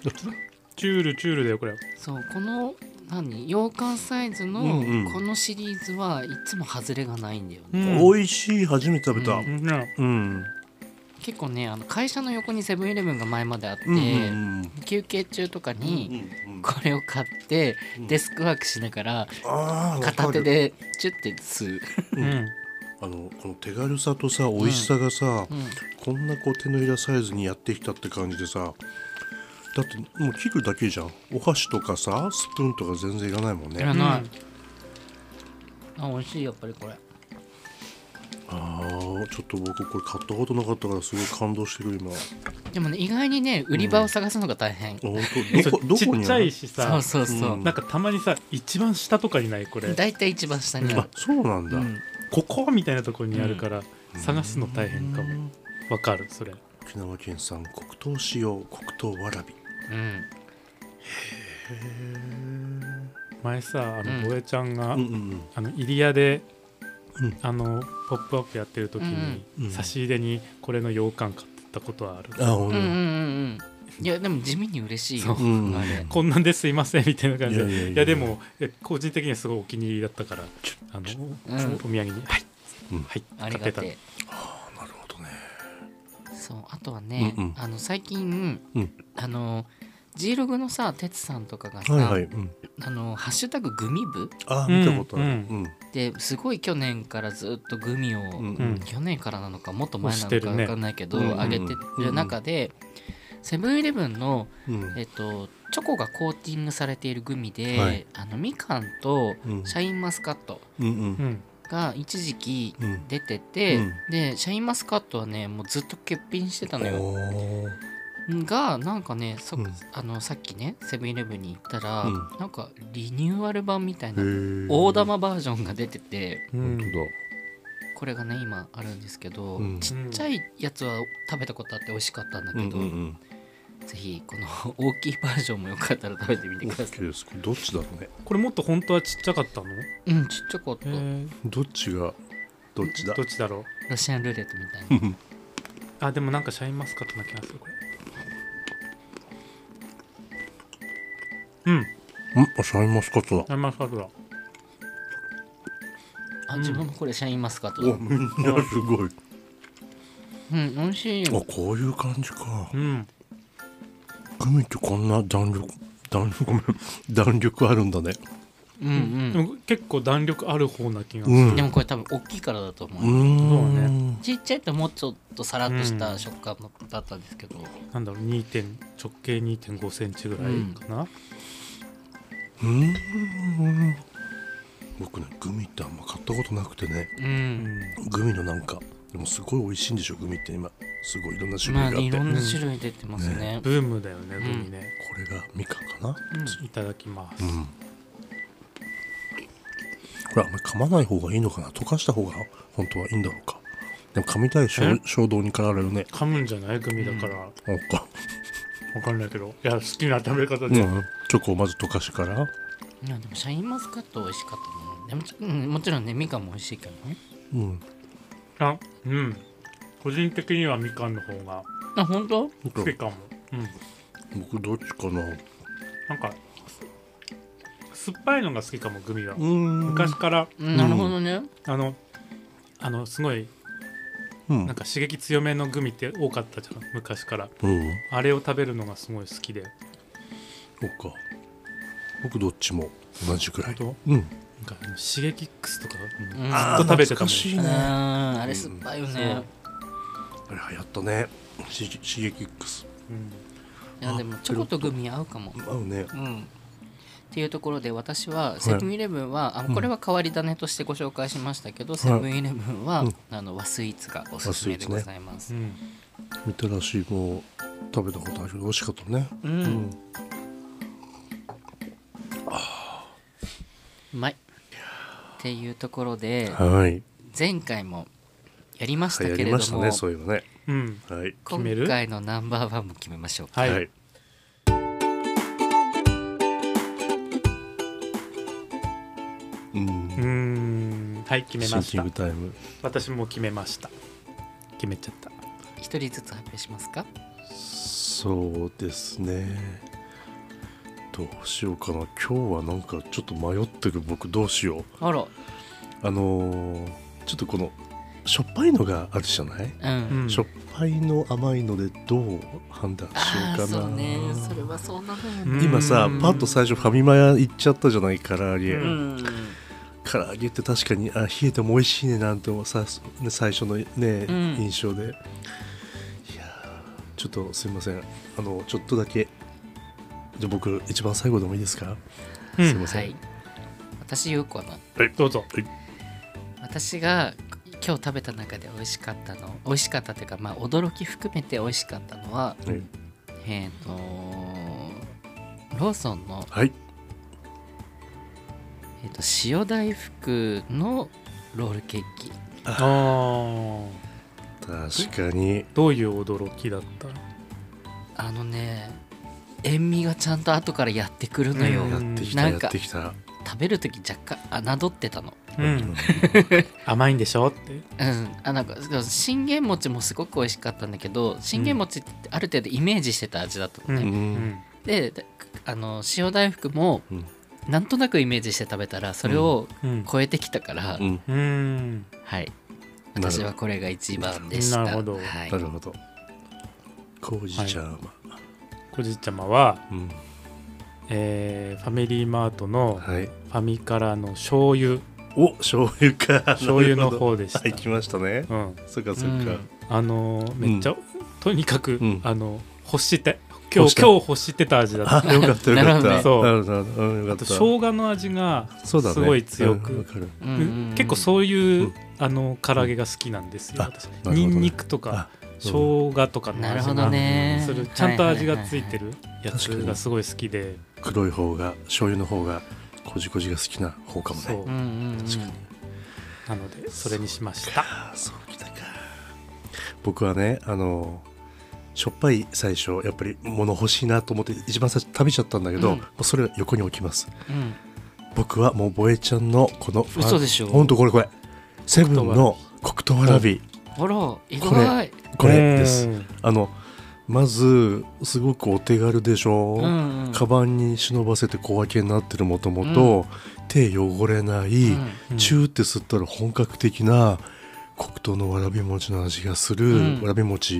Speaker 4: チュールチュールだよこれ
Speaker 2: そうこの何羊羹サイズ
Speaker 3: うんう
Speaker 2: の
Speaker 3: ん
Speaker 2: このシリーズはいつも外れがないんだよね、
Speaker 4: うん
Speaker 3: 美味しい初めて食べた
Speaker 2: う
Speaker 3: う、
Speaker 2: ん
Speaker 4: うんな
Speaker 3: うん
Speaker 2: 結構ねあの会社の横にセブンイレブンが前まであって、
Speaker 3: うんうん
Speaker 2: 休憩中とか
Speaker 3: うん
Speaker 2: に
Speaker 3: うん
Speaker 2: これを買って
Speaker 3: うん
Speaker 2: デスクワークしながら
Speaker 3: あーわかる
Speaker 2: 片手でチュッて吸う、
Speaker 4: うん
Speaker 3: あのこの手軽さとさ美味しさがさ、
Speaker 2: うん
Speaker 3: こんなこう手のひらサイズにやってきたって感じでさだってもう切るだけじゃんお箸とかさスプーンとか全然いらないもんね、
Speaker 2: いら
Speaker 4: ん
Speaker 2: ない、 あ美味しいやっぱりこれ
Speaker 3: ああちょっと僕これ買ったことなかったからすごい感動してる今あ
Speaker 2: でもね意外にね売り場を探すのが大変、
Speaker 3: 本 当どこ
Speaker 4: そ
Speaker 3: ど
Speaker 4: うち
Speaker 3: こ
Speaker 4: っ
Speaker 3: に
Speaker 4: ち
Speaker 3: あ
Speaker 4: ゃ
Speaker 3: る
Speaker 4: いし
Speaker 2: そ
Speaker 4: さ
Speaker 2: うそうそう、
Speaker 3: うん
Speaker 4: なんかたまにさ一番下とかにないこれ
Speaker 2: 大体一番下にあ
Speaker 3: あ
Speaker 2: る、
Speaker 3: そうなんだ、
Speaker 4: うんここみたいなとこにあるから探すの大変かもわかるそれ
Speaker 3: 沖縄県産黒糖使用黒糖わらび
Speaker 2: うん
Speaker 4: 前さあ
Speaker 2: うん
Speaker 4: のボエちゃんが、
Speaker 3: うんうん
Speaker 4: あの入谷で、
Speaker 3: うん
Speaker 4: あのポップアップやってる時に、
Speaker 3: うんうん
Speaker 4: 差し入れにこれの羊羹買ってたことはある、
Speaker 3: あほん
Speaker 2: うんうんう
Speaker 3: とうん
Speaker 2: んうんいやでも地味に嬉しいよ、
Speaker 4: そ
Speaker 3: うん
Speaker 2: あれ
Speaker 4: こんなんですいませんみたいな感じでい
Speaker 3: い
Speaker 4: や
Speaker 3: やいやいや
Speaker 4: でもいや個人的にはすごいお気に入りだったからあの、
Speaker 2: うん
Speaker 4: お土産にはい、
Speaker 3: うん
Speaker 4: はい
Speaker 2: あ
Speaker 4: 買
Speaker 2: り
Speaker 4: って
Speaker 2: が
Speaker 4: た
Speaker 2: てえ
Speaker 3: あなるほどね
Speaker 2: そうあとはね、
Speaker 3: うんうん
Speaker 2: あの最近、
Speaker 3: うん
Speaker 2: あの G ログのさ哲さんとかがさ、
Speaker 3: はいはい、うん、
Speaker 2: あのハッシュタググミ部
Speaker 3: あ見たことある、う
Speaker 4: う
Speaker 3: んん
Speaker 2: ですごい去年からずっとグミを、
Speaker 3: うん
Speaker 4: う
Speaker 3: うんん
Speaker 2: 去年からなのかもっと前なの
Speaker 4: 推して
Speaker 2: か
Speaker 4: るね
Speaker 2: 分かんないけど、
Speaker 3: うんうん
Speaker 2: 上げてる中で、セブンイレブンの、
Speaker 3: うん
Speaker 2: えっと、チョコがコーティングされているグミで、
Speaker 3: はい
Speaker 2: あのみかんと
Speaker 3: うん
Speaker 2: シャインマスカット
Speaker 3: うん
Speaker 4: う
Speaker 3: うん
Speaker 4: ん
Speaker 2: が一時期
Speaker 3: うん
Speaker 2: 出てて、
Speaker 3: うん
Speaker 2: でシャインマスカットはねもうずっと欠品してたのよ。
Speaker 3: おー
Speaker 2: がなんかねそ、
Speaker 3: うん
Speaker 2: あのさっきねセブンイレブンに行ったら、
Speaker 3: う
Speaker 2: なんかリニューアル版みたいな
Speaker 3: へー
Speaker 2: 大玉バージョンが出てて
Speaker 4: う
Speaker 3: 本
Speaker 4: ん
Speaker 3: 当だ
Speaker 2: これがね今あるんですけど、
Speaker 3: うん
Speaker 2: ちっちゃいやつは食べたことあって美味しかったんだけど、
Speaker 3: ん
Speaker 2: ぜひこの 大きいバージョンもよかったら食べてみて
Speaker 3: オ
Speaker 2: くだ
Speaker 3: ッ
Speaker 2: さ
Speaker 3: ケーですこれどっちだろうね
Speaker 4: これもっと本当はちっちゃかったの、
Speaker 2: いうんちっちゃかった
Speaker 3: どっちがどっちだ
Speaker 4: どっちだろう
Speaker 2: ロシアンルーレットみたいな
Speaker 4: あでもなんかシャインマスカットな気がするこれ
Speaker 3: うんあ
Speaker 4: うんシ
Speaker 3: シャインマスカットだ
Speaker 4: ャインマスカットだ
Speaker 2: あ
Speaker 4: うん
Speaker 2: 自分もこれシャインマスカットだ
Speaker 3: おみんなすごい
Speaker 2: うん美味しい
Speaker 3: あ
Speaker 2: よ
Speaker 3: こういう感じか
Speaker 4: うん
Speaker 3: グミってこんな弾力弾力ごめん弾力あるんだね
Speaker 2: うんうん、
Speaker 4: 結構弾力ある方な気がす
Speaker 3: う
Speaker 4: る、
Speaker 3: ん
Speaker 2: でもこれ多分大きいからだと思う、
Speaker 3: うーん
Speaker 2: ちっちゃいともうちょっとさらっとした食感だったんですけど、
Speaker 4: なんだろう2点直径2 5センチぐらいかな、
Speaker 3: うーん僕ねグミってあんま買ったことなくてね
Speaker 2: うん、
Speaker 3: グミのなんかでもすごい美味しいんでしょグミって今すごいいろんな種
Speaker 2: ま
Speaker 3: 類が
Speaker 2: あ
Speaker 3: あっ
Speaker 2: ね、い
Speaker 3: て、
Speaker 2: ろんな種類出てますね。
Speaker 4: ブームだよね
Speaker 2: ん
Speaker 4: グミね、
Speaker 3: これがみかんかな
Speaker 4: いただきます、
Speaker 3: うんこれあんまり噛まない方がいいのかな溶かした方が本当はいいんだろうかでも噛みたい
Speaker 4: え
Speaker 3: 衝衝動に駆られるね
Speaker 4: 噛むんじゃないグミだから、わ
Speaker 3: なんか、
Speaker 4: かんないけどいや好きな食べ方
Speaker 3: うん、
Speaker 4: で、
Speaker 3: チ
Speaker 4: うん
Speaker 3: ョコをまず溶かしてから
Speaker 2: いやでもシャインマスカット美味しかったね。でもうんもちろんねみかんも美味しいけどね。
Speaker 3: うん
Speaker 4: あうん個人的にはみかんの方が
Speaker 2: あ本当？
Speaker 4: 好きかも、うん、
Speaker 3: 僕どっちかな
Speaker 4: なんか酸っぱいのが好きかもグミは、
Speaker 3: ん
Speaker 4: 昔から
Speaker 2: うん、なるほどね。
Speaker 4: あのあのすごい
Speaker 3: うん
Speaker 4: なんか刺激強めのグミって多かったじゃん昔から
Speaker 3: うん
Speaker 4: あれを食べるのがすごい好きで
Speaker 3: そうか僕どっちも同じくらい
Speaker 4: 本
Speaker 3: うん
Speaker 4: なんかあのシゲキックスとか、
Speaker 2: うん、
Speaker 4: ず
Speaker 2: あ
Speaker 4: っと食べてたも
Speaker 3: 懐か
Speaker 4: ん
Speaker 3: しい
Speaker 2: ー
Speaker 3: ね
Speaker 2: あれ酸っぱいよね。
Speaker 3: あれ流行ったねシシゲキックス
Speaker 4: うん
Speaker 2: いやでもチョコとグミ合うかも。
Speaker 3: 合うね
Speaker 2: うん。っていうところで私はセブンイレブンは、あこれは変わり種としてご紹介しましたけど、セブンイレブンは、
Speaker 3: うん
Speaker 2: あの和スイーツがおすすめでございます。
Speaker 4: うん
Speaker 3: みたらしも食べたことあるけど美味しかったね
Speaker 2: うん、
Speaker 3: う
Speaker 2: うまい。っていうところで
Speaker 3: はい
Speaker 2: 前回もやりました
Speaker 3: 流行
Speaker 2: け
Speaker 3: り
Speaker 2: れど
Speaker 3: ました
Speaker 2: も、
Speaker 3: ねそういえばね
Speaker 4: うん、
Speaker 3: はい
Speaker 2: 今
Speaker 4: 決める
Speaker 2: 回のナンバーワンも決めましょうか。
Speaker 4: はい、
Speaker 3: はいうん
Speaker 4: うーんはい決めまし
Speaker 3: シンキン
Speaker 4: た
Speaker 3: グタイム
Speaker 4: 私も決めました決めちゃった
Speaker 2: 一人ずつ発表しますか。
Speaker 3: そうですねどうしようかな今日はなんかちょっと迷ってる僕どうしよう
Speaker 2: あら
Speaker 3: あのーちょっとこのしょっぱいのがあるじゃない、
Speaker 2: うん、
Speaker 4: うん
Speaker 3: しょっぱいの甘いのでどう判断し
Speaker 2: あ
Speaker 3: よ
Speaker 2: あ
Speaker 3: うか
Speaker 2: そう
Speaker 3: な、
Speaker 2: ねそれはそうなのよ
Speaker 4: うん
Speaker 2: ね
Speaker 3: 今さ
Speaker 4: うん
Speaker 3: パッと最初ファミマ屋行っちゃったじゃない唐揚げ、
Speaker 4: う
Speaker 2: うん
Speaker 3: 唐揚げって確かにあ冷えても美味しいねなんてさね最初のね、
Speaker 2: ん
Speaker 3: 印象でいやーちょっとすいませんあのちょっとだけじゃあ僕一番最後でもいいですか、
Speaker 4: うん
Speaker 3: すいませ
Speaker 2: は
Speaker 3: ん、
Speaker 2: い私言うかな
Speaker 4: どうぞ
Speaker 2: 私が今日食べた中で美味しかったの美味しかったっていうかまあ驚き含めて美味しかったのは
Speaker 3: はい
Speaker 2: えっ、とローソンの、
Speaker 3: はい
Speaker 2: えー、と塩大福のロールケーキ
Speaker 4: あー
Speaker 3: 確かに
Speaker 4: どういう驚きだった
Speaker 2: あのね塩味がちゃんと後からやってくるのよ
Speaker 4: うん
Speaker 3: やってきた
Speaker 2: な
Speaker 3: や
Speaker 2: んか
Speaker 3: ってきた、
Speaker 2: 食べる時若干侮ってたの
Speaker 4: う
Speaker 3: うん
Speaker 4: ん、 甘いんでしょって
Speaker 2: うんあなんかそう信玄餅もすごく美味しかったんだけど信玄餅ってある程度イメージしてた味だったのね、
Speaker 3: うん
Speaker 4: うん
Speaker 2: でであの塩大福も
Speaker 3: うん
Speaker 2: なんとなくイメージして食べたらそれを
Speaker 4: うん
Speaker 2: 超えてきたから、
Speaker 3: うん
Speaker 4: うん
Speaker 2: はい
Speaker 3: なるほど
Speaker 2: 私はこれが一番でした
Speaker 4: なるほど
Speaker 2: はい
Speaker 3: なるほど麹茶碗、
Speaker 4: こじちゃまは、
Speaker 3: うん
Speaker 4: えーファミリーマートの
Speaker 3: はい
Speaker 4: ファミからの醤 油
Speaker 3: お醤油か
Speaker 4: 醤油の
Speaker 3: なるほ
Speaker 4: 方でし
Speaker 3: ど
Speaker 4: た、
Speaker 3: はい来ましたね
Speaker 4: うん、
Speaker 3: そっかそっか、
Speaker 4: あのーめっちゃ、とにかく、
Speaker 3: ん
Speaker 4: あの欲して今
Speaker 3: 欲
Speaker 4: 日
Speaker 3: して
Speaker 4: 今日欲してた味だった
Speaker 3: あよかったよかった
Speaker 2: なる
Speaker 4: ほど
Speaker 3: なるほどうんよか
Speaker 4: あ
Speaker 3: っ
Speaker 4: と
Speaker 3: た
Speaker 4: 生姜の味が
Speaker 3: そうだね
Speaker 4: すごい強く
Speaker 3: うんわかる
Speaker 2: うんうんうん
Speaker 4: 結構そういう、
Speaker 3: うん
Speaker 4: あの唐揚げが好きなんですよ、
Speaker 3: あ
Speaker 4: 私
Speaker 3: なるほどね
Speaker 4: にんにくとか
Speaker 3: そう
Speaker 4: 生姜とかの
Speaker 2: なる
Speaker 4: 味
Speaker 2: ほ
Speaker 4: が
Speaker 2: どね
Speaker 4: するちゃんと味がついて
Speaker 2: る
Speaker 4: るやつがすごい好きで、
Speaker 3: 黒い方が醤油の方がこじこじが好きな方かも
Speaker 4: そう
Speaker 3: ね
Speaker 2: うんうんうん
Speaker 3: 確かに
Speaker 4: なのでそれにしました
Speaker 3: あそうきたか僕はねあのしょっぱい最初やっぱり物欲しいなと思って一番最初食べちゃったんだけど、
Speaker 2: うん
Speaker 3: もうそれは横に置きます
Speaker 2: うん
Speaker 3: 僕はもうボエちゃんのこのファン
Speaker 2: 嘘でしょ
Speaker 3: ほんとこれこれセブンの黒糖わらび
Speaker 2: あら意外
Speaker 3: これです
Speaker 4: うん
Speaker 3: あのまずすごくお手軽でしょ、
Speaker 2: うんうん
Speaker 3: カバンに忍ばせて小分けになってるもともと手汚れない、
Speaker 2: うん
Speaker 4: うん
Speaker 3: チューって吸ったら本格的な黒糖のわらび餅の味がする、
Speaker 2: うん
Speaker 3: わらび餅い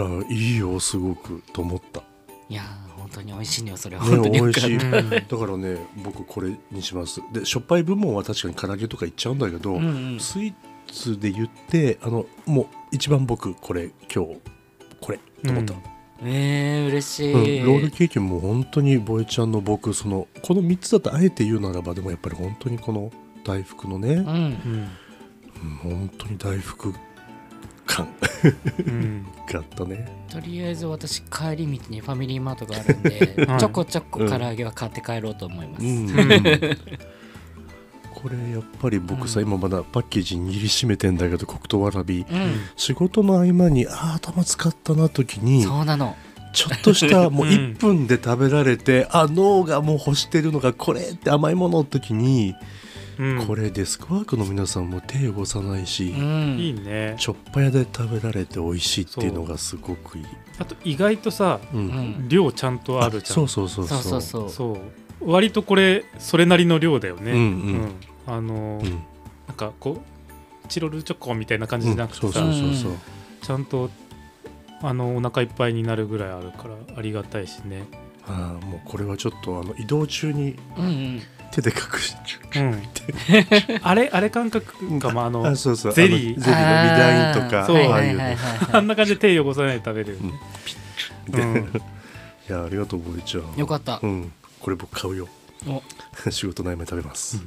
Speaker 2: うん
Speaker 3: やいいよすごくと思 った、
Speaker 2: いやー本当に美味しいのよそれは本当
Speaker 3: ね、
Speaker 2: に
Speaker 3: 美
Speaker 2: よ
Speaker 3: 味
Speaker 2: かった
Speaker 3: しいだ
Speaker 4: う
Speaker 3: か
Speaker 4: ん
Speaker 3: らね僕これにしますでしょっぱい部門は確かに唐揚げとかいっちゃうんだけど、
Speaker 2: うんうん
Speaker 3: スイーツで言ってあのもう一番僕これ今日これと思った、
Speaker 2: えー嬉し
Speaker 3: うん
Speaker 2: い
Speaker 3: ロールケーキも本当にボエちゃんの僕そのこの3つだとあえて言うならばでもやっぱり本当にこの大福のね、
Speaker 2: う
Speaker 3: うん
Speaker 2: ん
Speaker 4: うん
Speaker 3: 本当に大福感
Speaker 4: うん
Speaker 3: があっ たね
Speaker 2: とりあえず私帰り道にファミリーマートがあるんで、
Speaker 4: はい
Speaker 2: ちょこちょこ唐揚げは買って帰ろうと思います、
Speaker 3: うん
Speaker 4: ん
Speaker 3: これやっぱり僕さ、
Speaker 2: うん
Speaker 3: 今まだパッケージ握りしめてんだけど黒糖わらび
Speaker 2: うん
Speaker 3: 仕事の合間にあー頭使ったな時に
Speaker 2: そうなの
Speaker 3: ちょっとしたもう
Speaker 4: うん
Speaker 3: 1分で食べられて、 あ脳がもう欲してるのがこれって甘いものの時に、
Speaker 4: うん
Speaker 3: これデスクワークの皆さんも手汚さないし、
Speaker 2: うん
Speaker 4: いいね
Speaker 3: ちょっぱ屋で食べられて美味しいっていうのがすごくいい。
Speaker 4: あと意外とさ
Speaker 3: う。
Speaker 2: うんん
Speaker 4: 量ちゃんとあるじゃん
Speaker 3: そうそうそう。
Speaker 2: そうそうそうう
Speaker 4: そう割とこれそれなりの量だよね、
Speaker 3: うんうん
Speaker 4: あのー
Speaker 3: うん
Speaker 4: なんかこうチロルチョコみたいな感じじゃなくてさ、
Speaker 3: そうそうそうそう。
Speaker 4: ちゃんとあのお腹いっぱいになるぐらいあるからありがたいしね、
Speaker 3: ああもうこれはちょっとあの移動中に
Speaker 2: うんうん
Speaker 3: 手で隠して。
Speaker 4: うん、あれあれ感覚かもあの
Speaker 3: あそうそう。
Speaker 4: ゼ
Speaker 3: あのゼリー
Speaker 4: リー
Speaker 3: のミダインとか
Speaker 2: あー
Speaker 4: そう
Speaker 2: はい
Speaker 3: あ
Speaker 2: は
Speaker 3: あい
Speaker 2: いうはい
Speaker 3: ね。
Speaker 4: あ
Speaker 2: は
Speaker 4: んな感じで手汚さないで食べるよね、
Speaker 3: で
Speaker 4: うん
Speaker 3: いやありがとうボイちゃん。
Speaker 2: いよかった、
Speaker 3: うん。これ僕買うよ。
Speaker 2: お
Speaker 3: 仕事の合間食べます。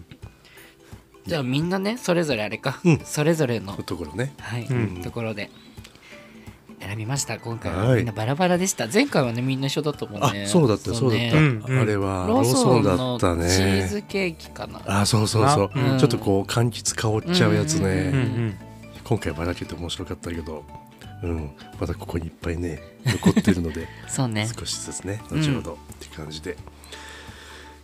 Speaker 2: じゃあみんなねそれぞれあれか、
Speaker 3: うん
Speaker 2: それぞれの
Speaker 3: の、ところね。
Speaker 2: はい
Speaker 4: うん
Speaker 2: ところで選びました今回
Speaker 3: は
Speaker 2: はいみんなバラバラでした、前回はねみんな一緒だったもん
Speaker 3: あ
Speaker 2: ね
Speaker 3: そうだったそうだ
Speaker 2: ね
Speaker 4: う
Speaker 3: っ
Speaker 4: ん
Speaker 3: た。あれはロ
Speaker 2: ロ
Speaker 3: ー
Speaker 2: ー
Speaker 3: ソ
Speaker 2: ソ
Speaker 3: ン
Speaker 2: ン
Speaker 3: だ
Speaker 2: の
Speaker 3: っ
Speaker 2: チ
Speaker 3: た
Speaker 2: ーズ
Speaker 3: ね。
Speaker 2: ケーキかな、
Speaker 3: あそうそうそう。
Speaker 2: うん
Speaker 3: ちょっとこう柑橘香っちゃうやつね。
Speaker 2: うん
Speaker 4: うんうん
Speaker 3: 今回ばらけて面白かったけど、うん、まだここにいっぱいね残ってるので
Speaker 2: そうね
Speaker 3: 少しずつね
Speaker 2: うん
Speaker 3: 後ほどって感じで、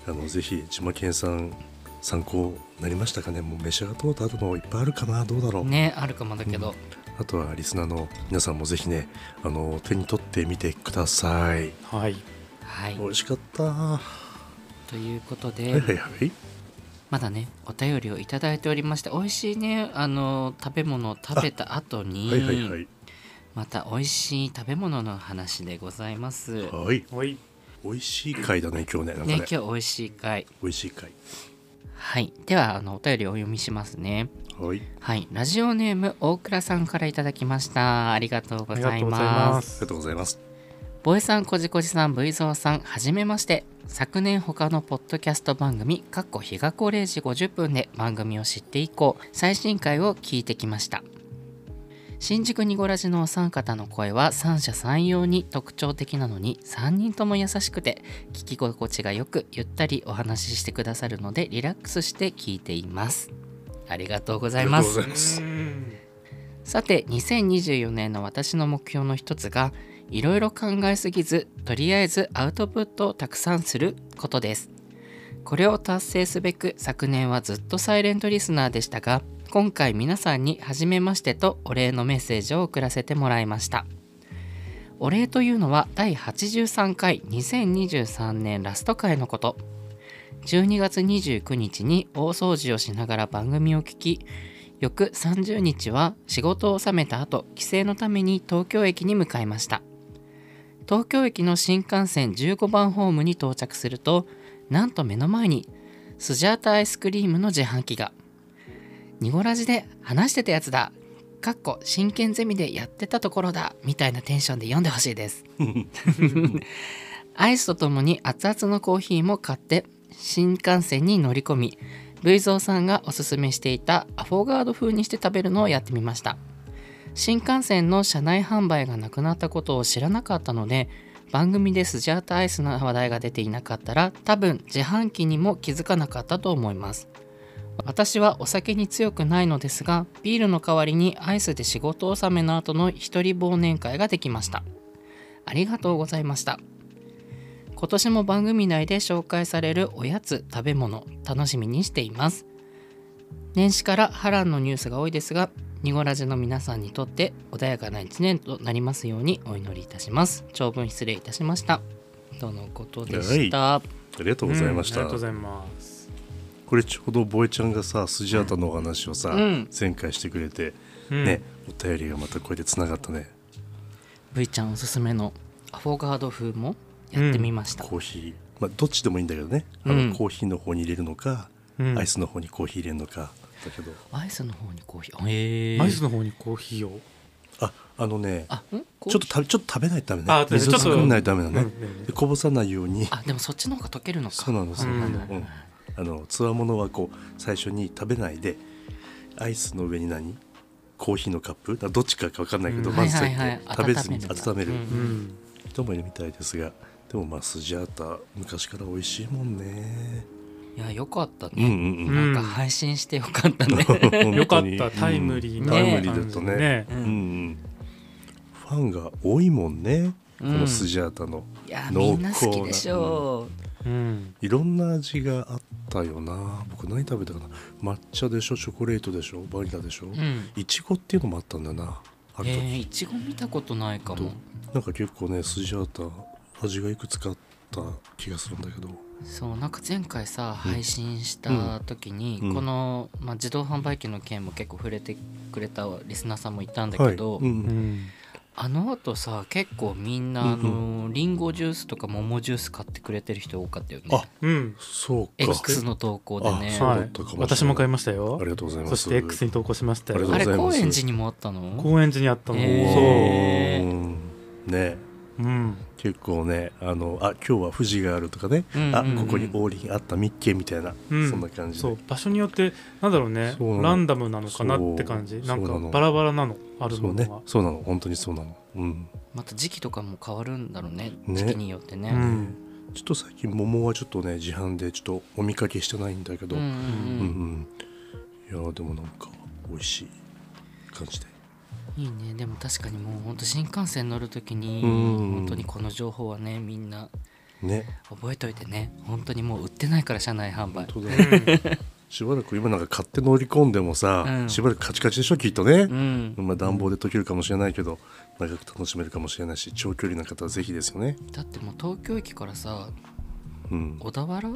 Speaker 3: あのぜひ千葉県さん参考になりましたかねもう召し上がったことあるのいっぱいあるかなどうだろう、
Speaker 2: ねあるかもだけど、
Speaker 3: あとはリスナーの皆さんもぜひねあの手に取ってみてください
Speaker 4: はい
Speaker 2: はい
Speaker 3: 美、味しかったは
Speaker 2: ということ
Speaker 3: い
Speaker 2: で
Speaker 3: はいはい
Speaker 2: まだねお便りをいただいておりまして美味しいねあの食べ物を食べた後に
Speaker 3: はいはいはい
Speaker 2: また美味しい食べ物の話でございます。ね
Speaker 3: はい
Speaker 4: おい
Speaker 3: 美味しい回だね今日ねなんかね
Speaker 2: 今日美味しい回
Speaker 3: 美味しい回
Speaker 2: はいではあのお便りをお読みしますね
Speaker 3: はい
Speaker 2: はいラジオネーム大倉さんからいただきましたありがとう
Speaker 4: あ
Speaker 2: ご
Speaker 4: りが
Speaker 2: ざ
Speaker 4: と
Speaker 2: いう
Speaker 4: ございま
Speaker 2: ます
Speaker 3: あり
Speaker 4: す
Speaker 3: がとうございます
Speaker 2: ボエさんこじこじさん V ゾウさんはじめまして昨年他のポッドキャスト番組「かっこ日がこ0時50分」で番組を知って以降最新回を聞いてきました新宿にごらじのお三方の声は三者三様に特徴的なのに3人とも優しくて聞き心地がよくゆったりお話ししてくださるのでリラックスして聞いていますありがとうございます
Speaker 3: ありがとうございます
Speaker 2: さて2024年の私の目標の一つがいろいろ考えすぎずとりあえずアウトプットをたくさんすることですこれを達成すべく昨年はずっとサイレントリスナーでしたが今回皆さんに初めましてとお礼のメッセージを送らせてもらいましたお礼というのは第83回2023年ラスト回のこと12月29日に大掃除をしながら番組を聞き翌30日は仕事を収めた後帰省のために東京駅に向かいました東京駅の新幹線15番ホームに到着するとなんと目の前にスジャータアイスクリームの自販機がニゴラジで話してたやつだかっこ真剣ゼミでやってたところだみたいなテンションで読んでほしいですアイスとともに熱々のコーヒーも買って新幹線に乗り込み V 蔵さんがおすすめしていたアフォガード風にして食べるのをやってみました新幹線の車内販売がなくなったことを知らなかったので番組でスジャータアイスの話題が出ていなかったら多分自販機にも気づかなかったと思います私はお酒に強くないのですがビールの代わりにアイスで仕事納めの後の一人忘年会ができましたありがとうございました今年も番組内で紹介されるおやつ食べ物楽しみにしています年始から波乱のニュースが多いですがニゴラジの皆さんにとって穏やかな一年となりますようにお祈りいたします長文失礼いたしましたとのことでした、
Speaker 3: ありがとうございまし
Speaker 4: うん
Speaker 3: た、
Speaker 4: ありがとうございます
Speaker 3: これちょうどボエちゃんがさスジャータのお話をさ、
Speaker 2: うん
Speaker 3: 前回してくれて、
Speaker 4: うん
Speaker 3: ねお便りがまたこれでつながったね
Speaker 2: V ちゃんおすすめのアフォガード風もやってみました、
Speaker 3: コーヒー、まあ、どっちでもいいんだけどねあ
Speaker 2: うん
Speaker 3: のコーヒーの方に入れるのか、
Speaker 4: うん
Speaker 3: アイスの方にコーヒー入れるのかだけど
Speaker 2: アイスの方にコーヒーへー
Speaker 4: アイスの方にコーヒーを
Speaker 3: ああのね
Speaker 2: あん
Speaker 3: ちょっとたちょっと食べないとダメ
Speaker 4: あ
Speaker 3: ね
Speaker 4: ちょっと
Speaker 3: 水を作んないとダメだ
Speaker 4: うん
Speaker 3: ね、
Speaker 4: うん
Speaker 3: でこぼさないように
Speaker 2: あでもそっちの方が溶けるのか
Speaker 3: そうなのそうなの、
Speaker 4: う
Speaker 3: うんあのつわものはこう最初に食べないでアイスの上に何コーヒーのカップだからどっちかか分かんないけど、
Speaker 4: うん
Speaker 3: まず
Speaker 2: は
Speaker 3: そう
Speaker 2: い
Speaker 3: や
Speaker 2: はいは
Speaker 3: っ
Speaker 2: い
Speaker 3: て食べずに
Speaker 2: 温めるんだ
Speaker 3: 温める
Speaker 2: うん
Speaker 4: うん
Speaker 3: 人もいるみたいですがでもまあスジャータ昔から美味しいもんね
Speaker 2: いやよかった
Speaker 3: うんう
Speaker 2: ね、
Speaker 3: ん
Speaker 2: なんか配信してよかったね、
Speaker 3: うん
Speaker 4: よかったタイムリー
Speaker 3: うん
Speaker 4: な
Speaker 3: タ
Speaker 4: 感じ
Speaker 3: イ
Speaker 4: で
Speaker 3: ムリーだったね
Speaker 4: ね
Speaker 3: うんうんファンが多いもんねこ
Speaker 2: うん
Speaker 3: のスジャータの、
Speaker 2: いや
Speaker 3: 濃厚な
Speaker 2: みんな好きでしょう、
Speaker 4: うん
Speaker 3: いろんな味があったよな僕何食べたかな抹茶でしょチョコレートでしょバニラでしょ、
Speaker 2: うん
Speaker 3: いちごっていうのもあったんだなある
Speaker 2: え
Speaker 3: 時、
Speaker 2: ー、いちご見たことないかも
Speaker 3: なんか結構ねスジャータ味がいくつかあった気がするんだけど
Speaker 2: そうなんか前回さ配信した時に、
Speaker 3: うん
Speaker 2: この、まあ、自動販売機の件も結構触れてくれたリスナーさんもいたんだけど、
Speaker 3: はいうん
Speaker 4: うん
Speaker 2: あの後さ結構みんなあのリンゴジュースとか桃ジュース買ってくれてる人多かったよね
Speaker 3: あ
Speaker 4: うん
Speaker 3: そうか
Speaker 2: X の投稿でね
Speaker 3: あそう
Speaker 2: あ
Speaker 3: だ
Speaker 4: は
Speaker 3: っ
Speaker 4: い
Speaker 3: たかもしれない
Speaker 4: 私も買いましたよ
Speaker 3: ありがとうございます
Speaker 4: そして X に投稿しました
Speaker 3: あり
Speaker 4: よ
Speaker 3: がとうござ
Speaker 2: れ
Speaker 3: います
Speaker 2: 高円寺にもあったの
Speaker 4: 高円寺にあったの
Speaker 2: へ
Speaker 4: そ
Speaker 2: え
Speaker 3: そうね
Speaker 4: ううん
Speaker 3: 結構ねあのあ今日は富士があるとかね、
Speaker 2: うんうんうん
Speaker 3: あここに王林あったみっけみたいな、
Speaker 4: うん
Speaker 3: そんな感じで
Speaker 4: そう場所によってなんだろうね
Speaker 3: そうなの
Speaker 4: ランダムなのかなって感じ
Speaker 3: そう
Speaker 4: なん
Speaker 3: そう
Speaker 4: か
Speaker 3: なの
Speaker 4: バラバラなのある
Speaker 3: そう
Speaker 4: も
Speaker 3: ね
Speaker 4: の
Speaker 3: そうなの本当にそうなのうん
Speaker 2: また時期とかも変わるんだろうね
Speaker 3: ね
Speaker 2: 時期によってね
Speaker 4: がうん
Speaker 3: ちょっと最近桃はちょっとね自販でちょっとお見かけしてないんだけど、
Speaker 2: うんうん
Speaker 3: うん
Speaker 2: う
Speaker 3: うんんいやーでもなんか美味しい感じで
Speaker 2: いいねでも確かにもう本当新幹線乗る時に
Speaker 3: うん
Speaker 2: 本当にこの情報はねみんな
Speaker 3: ね
Speaker 2: 覚えといてね本当にもう売ってないから車内販売
Speaker 3: 本当だねしばらく今なんか買って乗り込んでもさ、
Speaker 2: うん
Speaker 3: しばらくカチカチでしょきっとね
Speaker 2: う、ん
Speaker 3: まあ、暖房で溶けるかもしれないけど長く楽しめるかもしれないし長距離な方はぜひですよね、
Speaker 2: だってもう東京駅からさ
Speaker 3: うん
Speaker 2: 小田原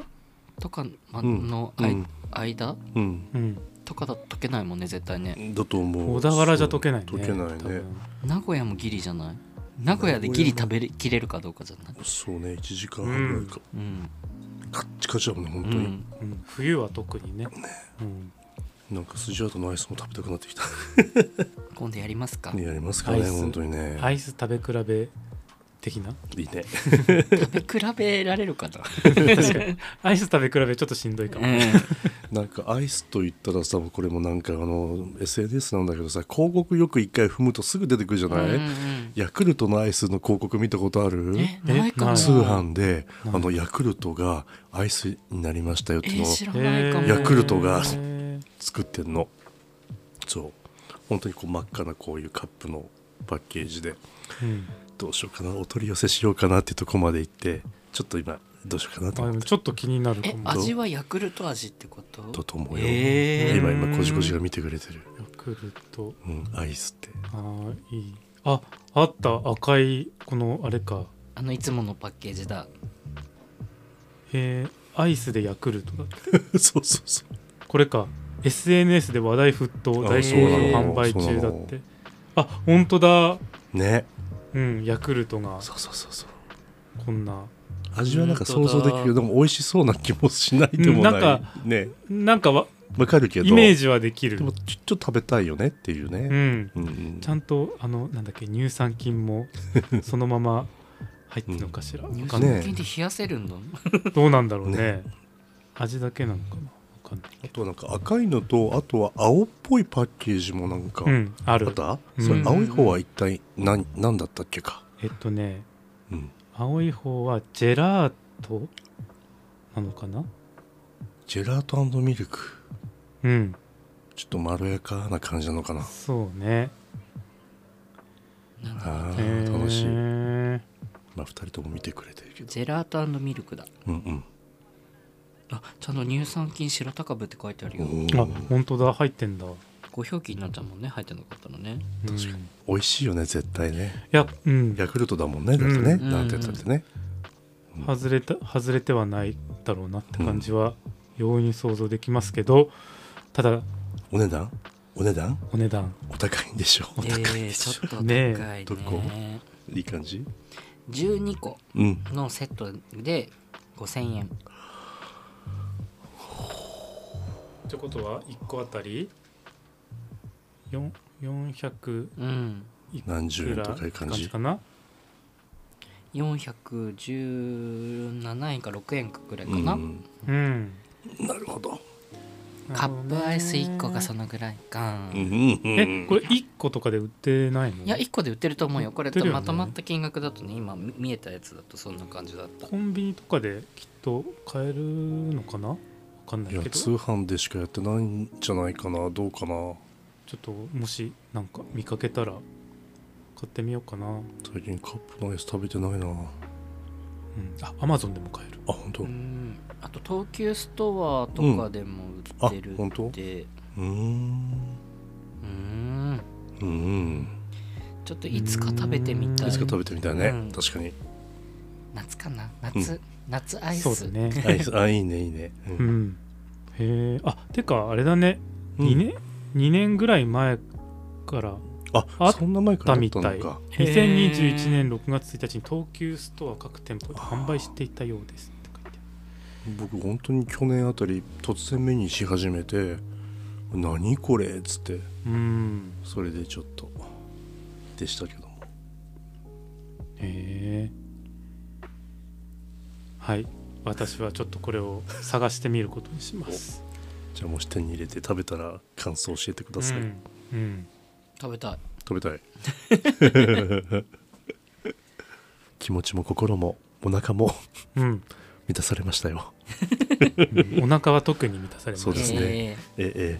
Speaker 2: とかま
Speaker 3: うん
Speaker 2: のあい
Speaker 3: うん
Speaker 2: 間
Speaker 3: うん、
Speaker 4: うん、
Speaker 2: とかだと溶けないもんね絶対ね
Speaker 3: だと思う
Speaker 4: 小田原じゃ溶けないね
Speaker 3: そう溶けない
Speaker 4: 多
Speaker 3: ね
Speaker 4: 分
Speaker 2: 名古屋もギリじゃない名古屋でギリ食べれきれるかどうかじゃない
Speaker 3: そうね1時間半ぐらいか、
Speaker 2: うん、
Speaker 3: カッチカチだもんね本
Speaker 2: う
Speaker 3: 当に、
Speaker 2: ん、
Speaker 4: うん、冬は特にねうん、
Speaker 3: なんかスジアートのアイスも食べたくなって きた
Speaker 2: 今度やりますか、
Speaker 3: ねやりますかね
Speaker 4: アイス
Speaker 3: 本当にね、
Speaker 4: アイス食べ比べ的ない
Speaker 3: いね
Speaker 2: 食べ比べられるか な、
Speaker 4: アイス食べ比べちょっとしんどいかも、
Speaker 3: なんかアイスといったらさこれもなんかあの SNS なんだけどさ広告よく一回踏むとすぐ出てくるじゃない、
Speaker 2: うんうん
Speaker 3: ヤクルトのアイスの広告見たことある
Speaker 2: えないかも
Speaker 4: え
Speaker 3: 通販で
Speaker 4: ない
Speaker 3: あのヤクルトがアイスになりましたよっ
Speaker 2: え
Speaker 3: ていうのを
Speaker 2: 知らないかも、
Speaker 3: ヤクルトが
Speaker 4: へ
Speaker 3: 作ってんのそう本当にこう真っ赤なこういうカップのパッケージで
Speaker 4: ーうん
Speaker 3: どうしようかなお取り寄せしようかなっていうとこまで行ってちょっと今どうしようかなと
Speaker 4: あ
Speaker 3: 思
Speaker 4: で
Speaker 3: っ
Speaker 4: も
Speaker 3: て
Speaker 4: ちょっと気になるか
Speaker 2: え
Speaker 4: も
Speaker 2: 味はヤクルト味ってこと
Speaker 3: だと思うよ、
Speaker 2: えー
Speaker 3: 今今こじこじが見てくれてる、
Speaker 4: ヤクルト
Speaker 3: うん、アイスって
Speaker 4: あーいいああった赤いこのあれか
Speaker 2: あのいつものパッケージだ
Speaker 4: えーアイスでヤクルトだ
Speaker 3: そうそうそう
Speaker 4: これか SNS で話題沸騰
Speaker 3: あ
Speaker 4: 大好評
Speaker 2: そうなの
Speaker 4: 販売中だ
Speaker 3: そうなの
Speaker 4: ってあ本当だ
Speaker 3: ね
Speaker 4: うんヤクルトが
Speaker 3: そうそうそうそう
Speaker 4: こんな
Speaker 3: 味はなんか想像できるけどでも美味しそうな気もしないでも
Speaker 4: う
Speaker 3: なんい、
Speaker 4: なん
Speaker 3: ね
Speaker 4: なんかわ
Speaker 3: わかるけど
Speaker 4: イメージはできる
Speaker 3: でもちょちょっと食べたいよねっていう
Speaker 4: う
Speaker 3: ね、
Speaker 4: ん
Speaker 3: うんうん
Speaker 4: ちゃんとあのなんだっけ乳酸 菌もそのまま入ってるのかしら、
Speaker 2: 乳
Speaker 4: わか
Speaker 2: 酸
Speaker 4: んない
Speaker 3: ね
Speaker 2: 菌で冷やせるん だ、
Speaker 4: どうなんだろうね
Speaker 3: ね
Speaker 4: 味だけなのかなわかんない
Speaker 3: あとはなんか赤いのとあとは青っぽいパッケージもなんか、
Speaker 4: うんあ
Speaker 3: あ
Speaker 4: る
Speaker 3: った、
Speaker 4: うん
Speaker 3: それ青い方は一体何何だったっけか、
Speaker 4: えっとね
Speaker 3: うん、
Speaker 4: 青い方はジェラートなのかな
Speaker 3: ジェラートミルク
Speaker 4: うん
Speaker 3: ちょっとまろやかな感じなのかな
Speaker 4: そうね
Speaker 2: なんか
Speaker 3: あ
Speaker 4: へ
Speaker 3: ー
Speaker 4: ー
Speaker 3: 楽しい、まあ、2人とも見てくれてるけど
Speaker 2: ジェラートミルクだ
Speaker 3: うん
Speaker 2: あちゃんと乳酸菌白高部って書いてある
Speaker 3: う
Speaker 2: よ
Speaker 3: んお
Speaker 4: あ
Speaker 3: ー
Speaker 4: 本当だ入ってんだ、
Speaker 2: ご表記になっちゃうもんね入ってなかったのね
Speaker 4: うん、い
Speaker 3: 美味しいよね絶対ね
Speaker 4: やうん
Speaker 3: ヤクルトだもんねだってね、
Speaker 2: うん
Speaker 3: なんて言ったってね、うん
Speaker 4: 外れた外れてはないだろうなって感じは容易に想像できますけどただ
Speaker 3: お値段お値段
Speaker 4: お値段
Speaker 3: お高いんでしょお
Speaker 2: え
Speaker 3: 高
Speaker 2: え
Speaker 3: いで
Speaker 2: ー、
Speaker 3: しょ
Speaker 2: ちょっと高い
Speaker 4: ね
Speaker 2: ね
Speaker 3: えどこいい感じ
Speaker 2: 12個
Speaker 3: うん
Speaker 2: のセットで5000円
Speaker 4: ってことは1個あたり4 400
Speaker 2: うん
Speaker 4: いく
Speaker 3: 何十円
Speaker 4: ら
Speaker 3: とかいう感じ
Speaker 4: かな
Speaker 2: 417円か6円かぐらいかな、
Speaker 3: うん
Speaker 4: うん
Speaker 3: なるほど、
Speaker 2: カップアイス1個がそのぐらいか、
Speaker 3: うんうん
Speaker 4: えこれ1個とかで売ってないの
Speaker 2: いや1個で売ってると思うよこれ
Speaker 4: 売ってるよね
Speaker 2: まとまった金額だとね今み見えたやつだとそんな感じだった
Speaker 4: コンビニとかできっと買えるのかなわかんない
Speaker 3: いや
Speaker 4: けど
Speaker 3: 通
Speaker 4: ちょ
Speaker 3: 販でしかやってないんじゃないかなどうかな
Speaker 4: っともしなんか見かけたら買ってみようかな、うん、
Speaker 3: 最近カップのアイス食べてないなあ
Speaker 4: あアマゾンでも買える
Speaker 3: 本当
Speaker 2: う
Speaker 3: うん
Speaker 2: あと東急ストアとかでも売ってる
Speaker 3: うんあ本当
Speaker 2: って
Speaker 3: ーん
Speaker 2: うーん
Speaker 3: うん
Speaker 2: ちょっといつか食べてみた
Speaker 4: はい
Speaker 3: いつか食べてみたいね、
Speaker 2: うん
Speaker 3: 確かに
Speaker 2: 夏かな夏、夏アイス
Speaker 4: そうだね
Speaker 3: アイスあいいねいいね、うん
Speaker 4: うんへえあてかあれだね
Speaker 3: うん
Speaker 4: 2年、二年ぐらい前から
Speaker 3: あ
Speaker 4: あった
Speaker 3: そんな前からあったの
Speaker 4: みた
Speaker 3: か
Speaker 2: へー
Speaker 4: 2021年6月1日に東急ストア各店舗で販売していたようですって書いて
Speaker 3: 僕本当に去年あたり突然目にし始めて「何これ」っつって
Speaker 4: あるうん
Speaker 3: それでちょっとでしたけども
Speaker 4: へえはい私はちょっとこれを探してみることにします
Speaker 3: じゃあもし手に入れて食べたら感想教えてください、
Speaker 4: うん、うん
Speaker 2: 食べたい
Speaker 3: 食べたい 気持ちも心もお腹も
Speaker 4: うん
Speaker 3: 満たされましたよ
Speaker 4: うんお腹は特に満たされます
Speaker 3: そうですね
Speaker 2: えー
Speaker 3: ええええ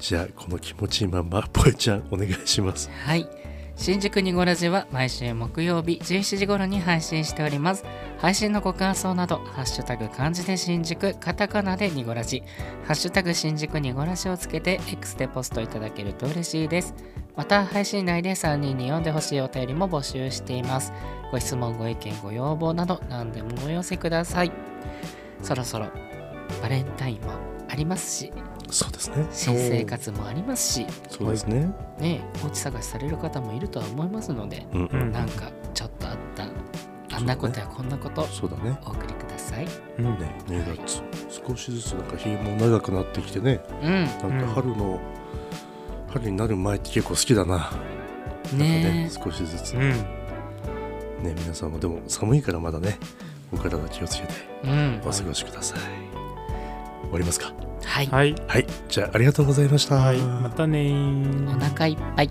Speaker 3: じゃあこの気持ちいいまんまぽえちゃんお願いします
Speaker 2: はい。新宿にごラジは毎週木曜日17時頃に配信しております。配信のご感想など、ハッシュタグ漢字で新宿、カタカナでニゴラジ、ハッシュタグ新宿ニゴラジをつけて X でポストいただけると嬉しいです。また、配信内で3人に読んでほしいお便りも募集しています。ご質問、ご意見、ご要望など何でもお寄せください。そろそろバレンタインもありますし、
Speaker 3: そうですね。
Speaker 2: 新生活もありますし、
Speaker 3: そうですね。
Speaker 2: ねえ、おうち探しされる方もいるとは思いますので、
Speaker 3: うん、う
Speaker 4: うん
Speaker 3: ん、
Speaker 2: なんかちょっとあった、あんなことやこんなこと、
Speaker 3: そうだね。
Speaker 2: お送りください。
Speaker 4: うん
Speaker 3: ね、2月少しずつなんか日も長くなってきてね
Speaker 2: うん、
Speaker 3: なんか春の、春になる前って結構好きだななんかね
Speaker 2: ね
Speaker 3: 少しずつ、
Speaker 4: う
Speaker 3: ね
Speaker 4: ん
Speaker 3: 皆さんもでも寒いからまだねお体気をつけて
Speaker 2: え、うん
Speaker 3: お、過ごしください、終わりますか
Speaker 2: はい、
Speaker 4: はい、
Speaker 3: はいじゃあありがとうございました、
Speaker 4: はい、またねー
Speaker 2: お腹いっぱい。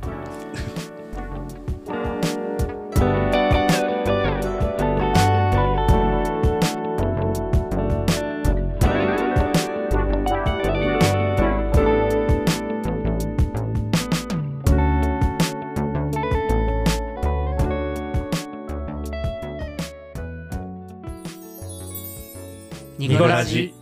Speaker 1: ニゴラジ。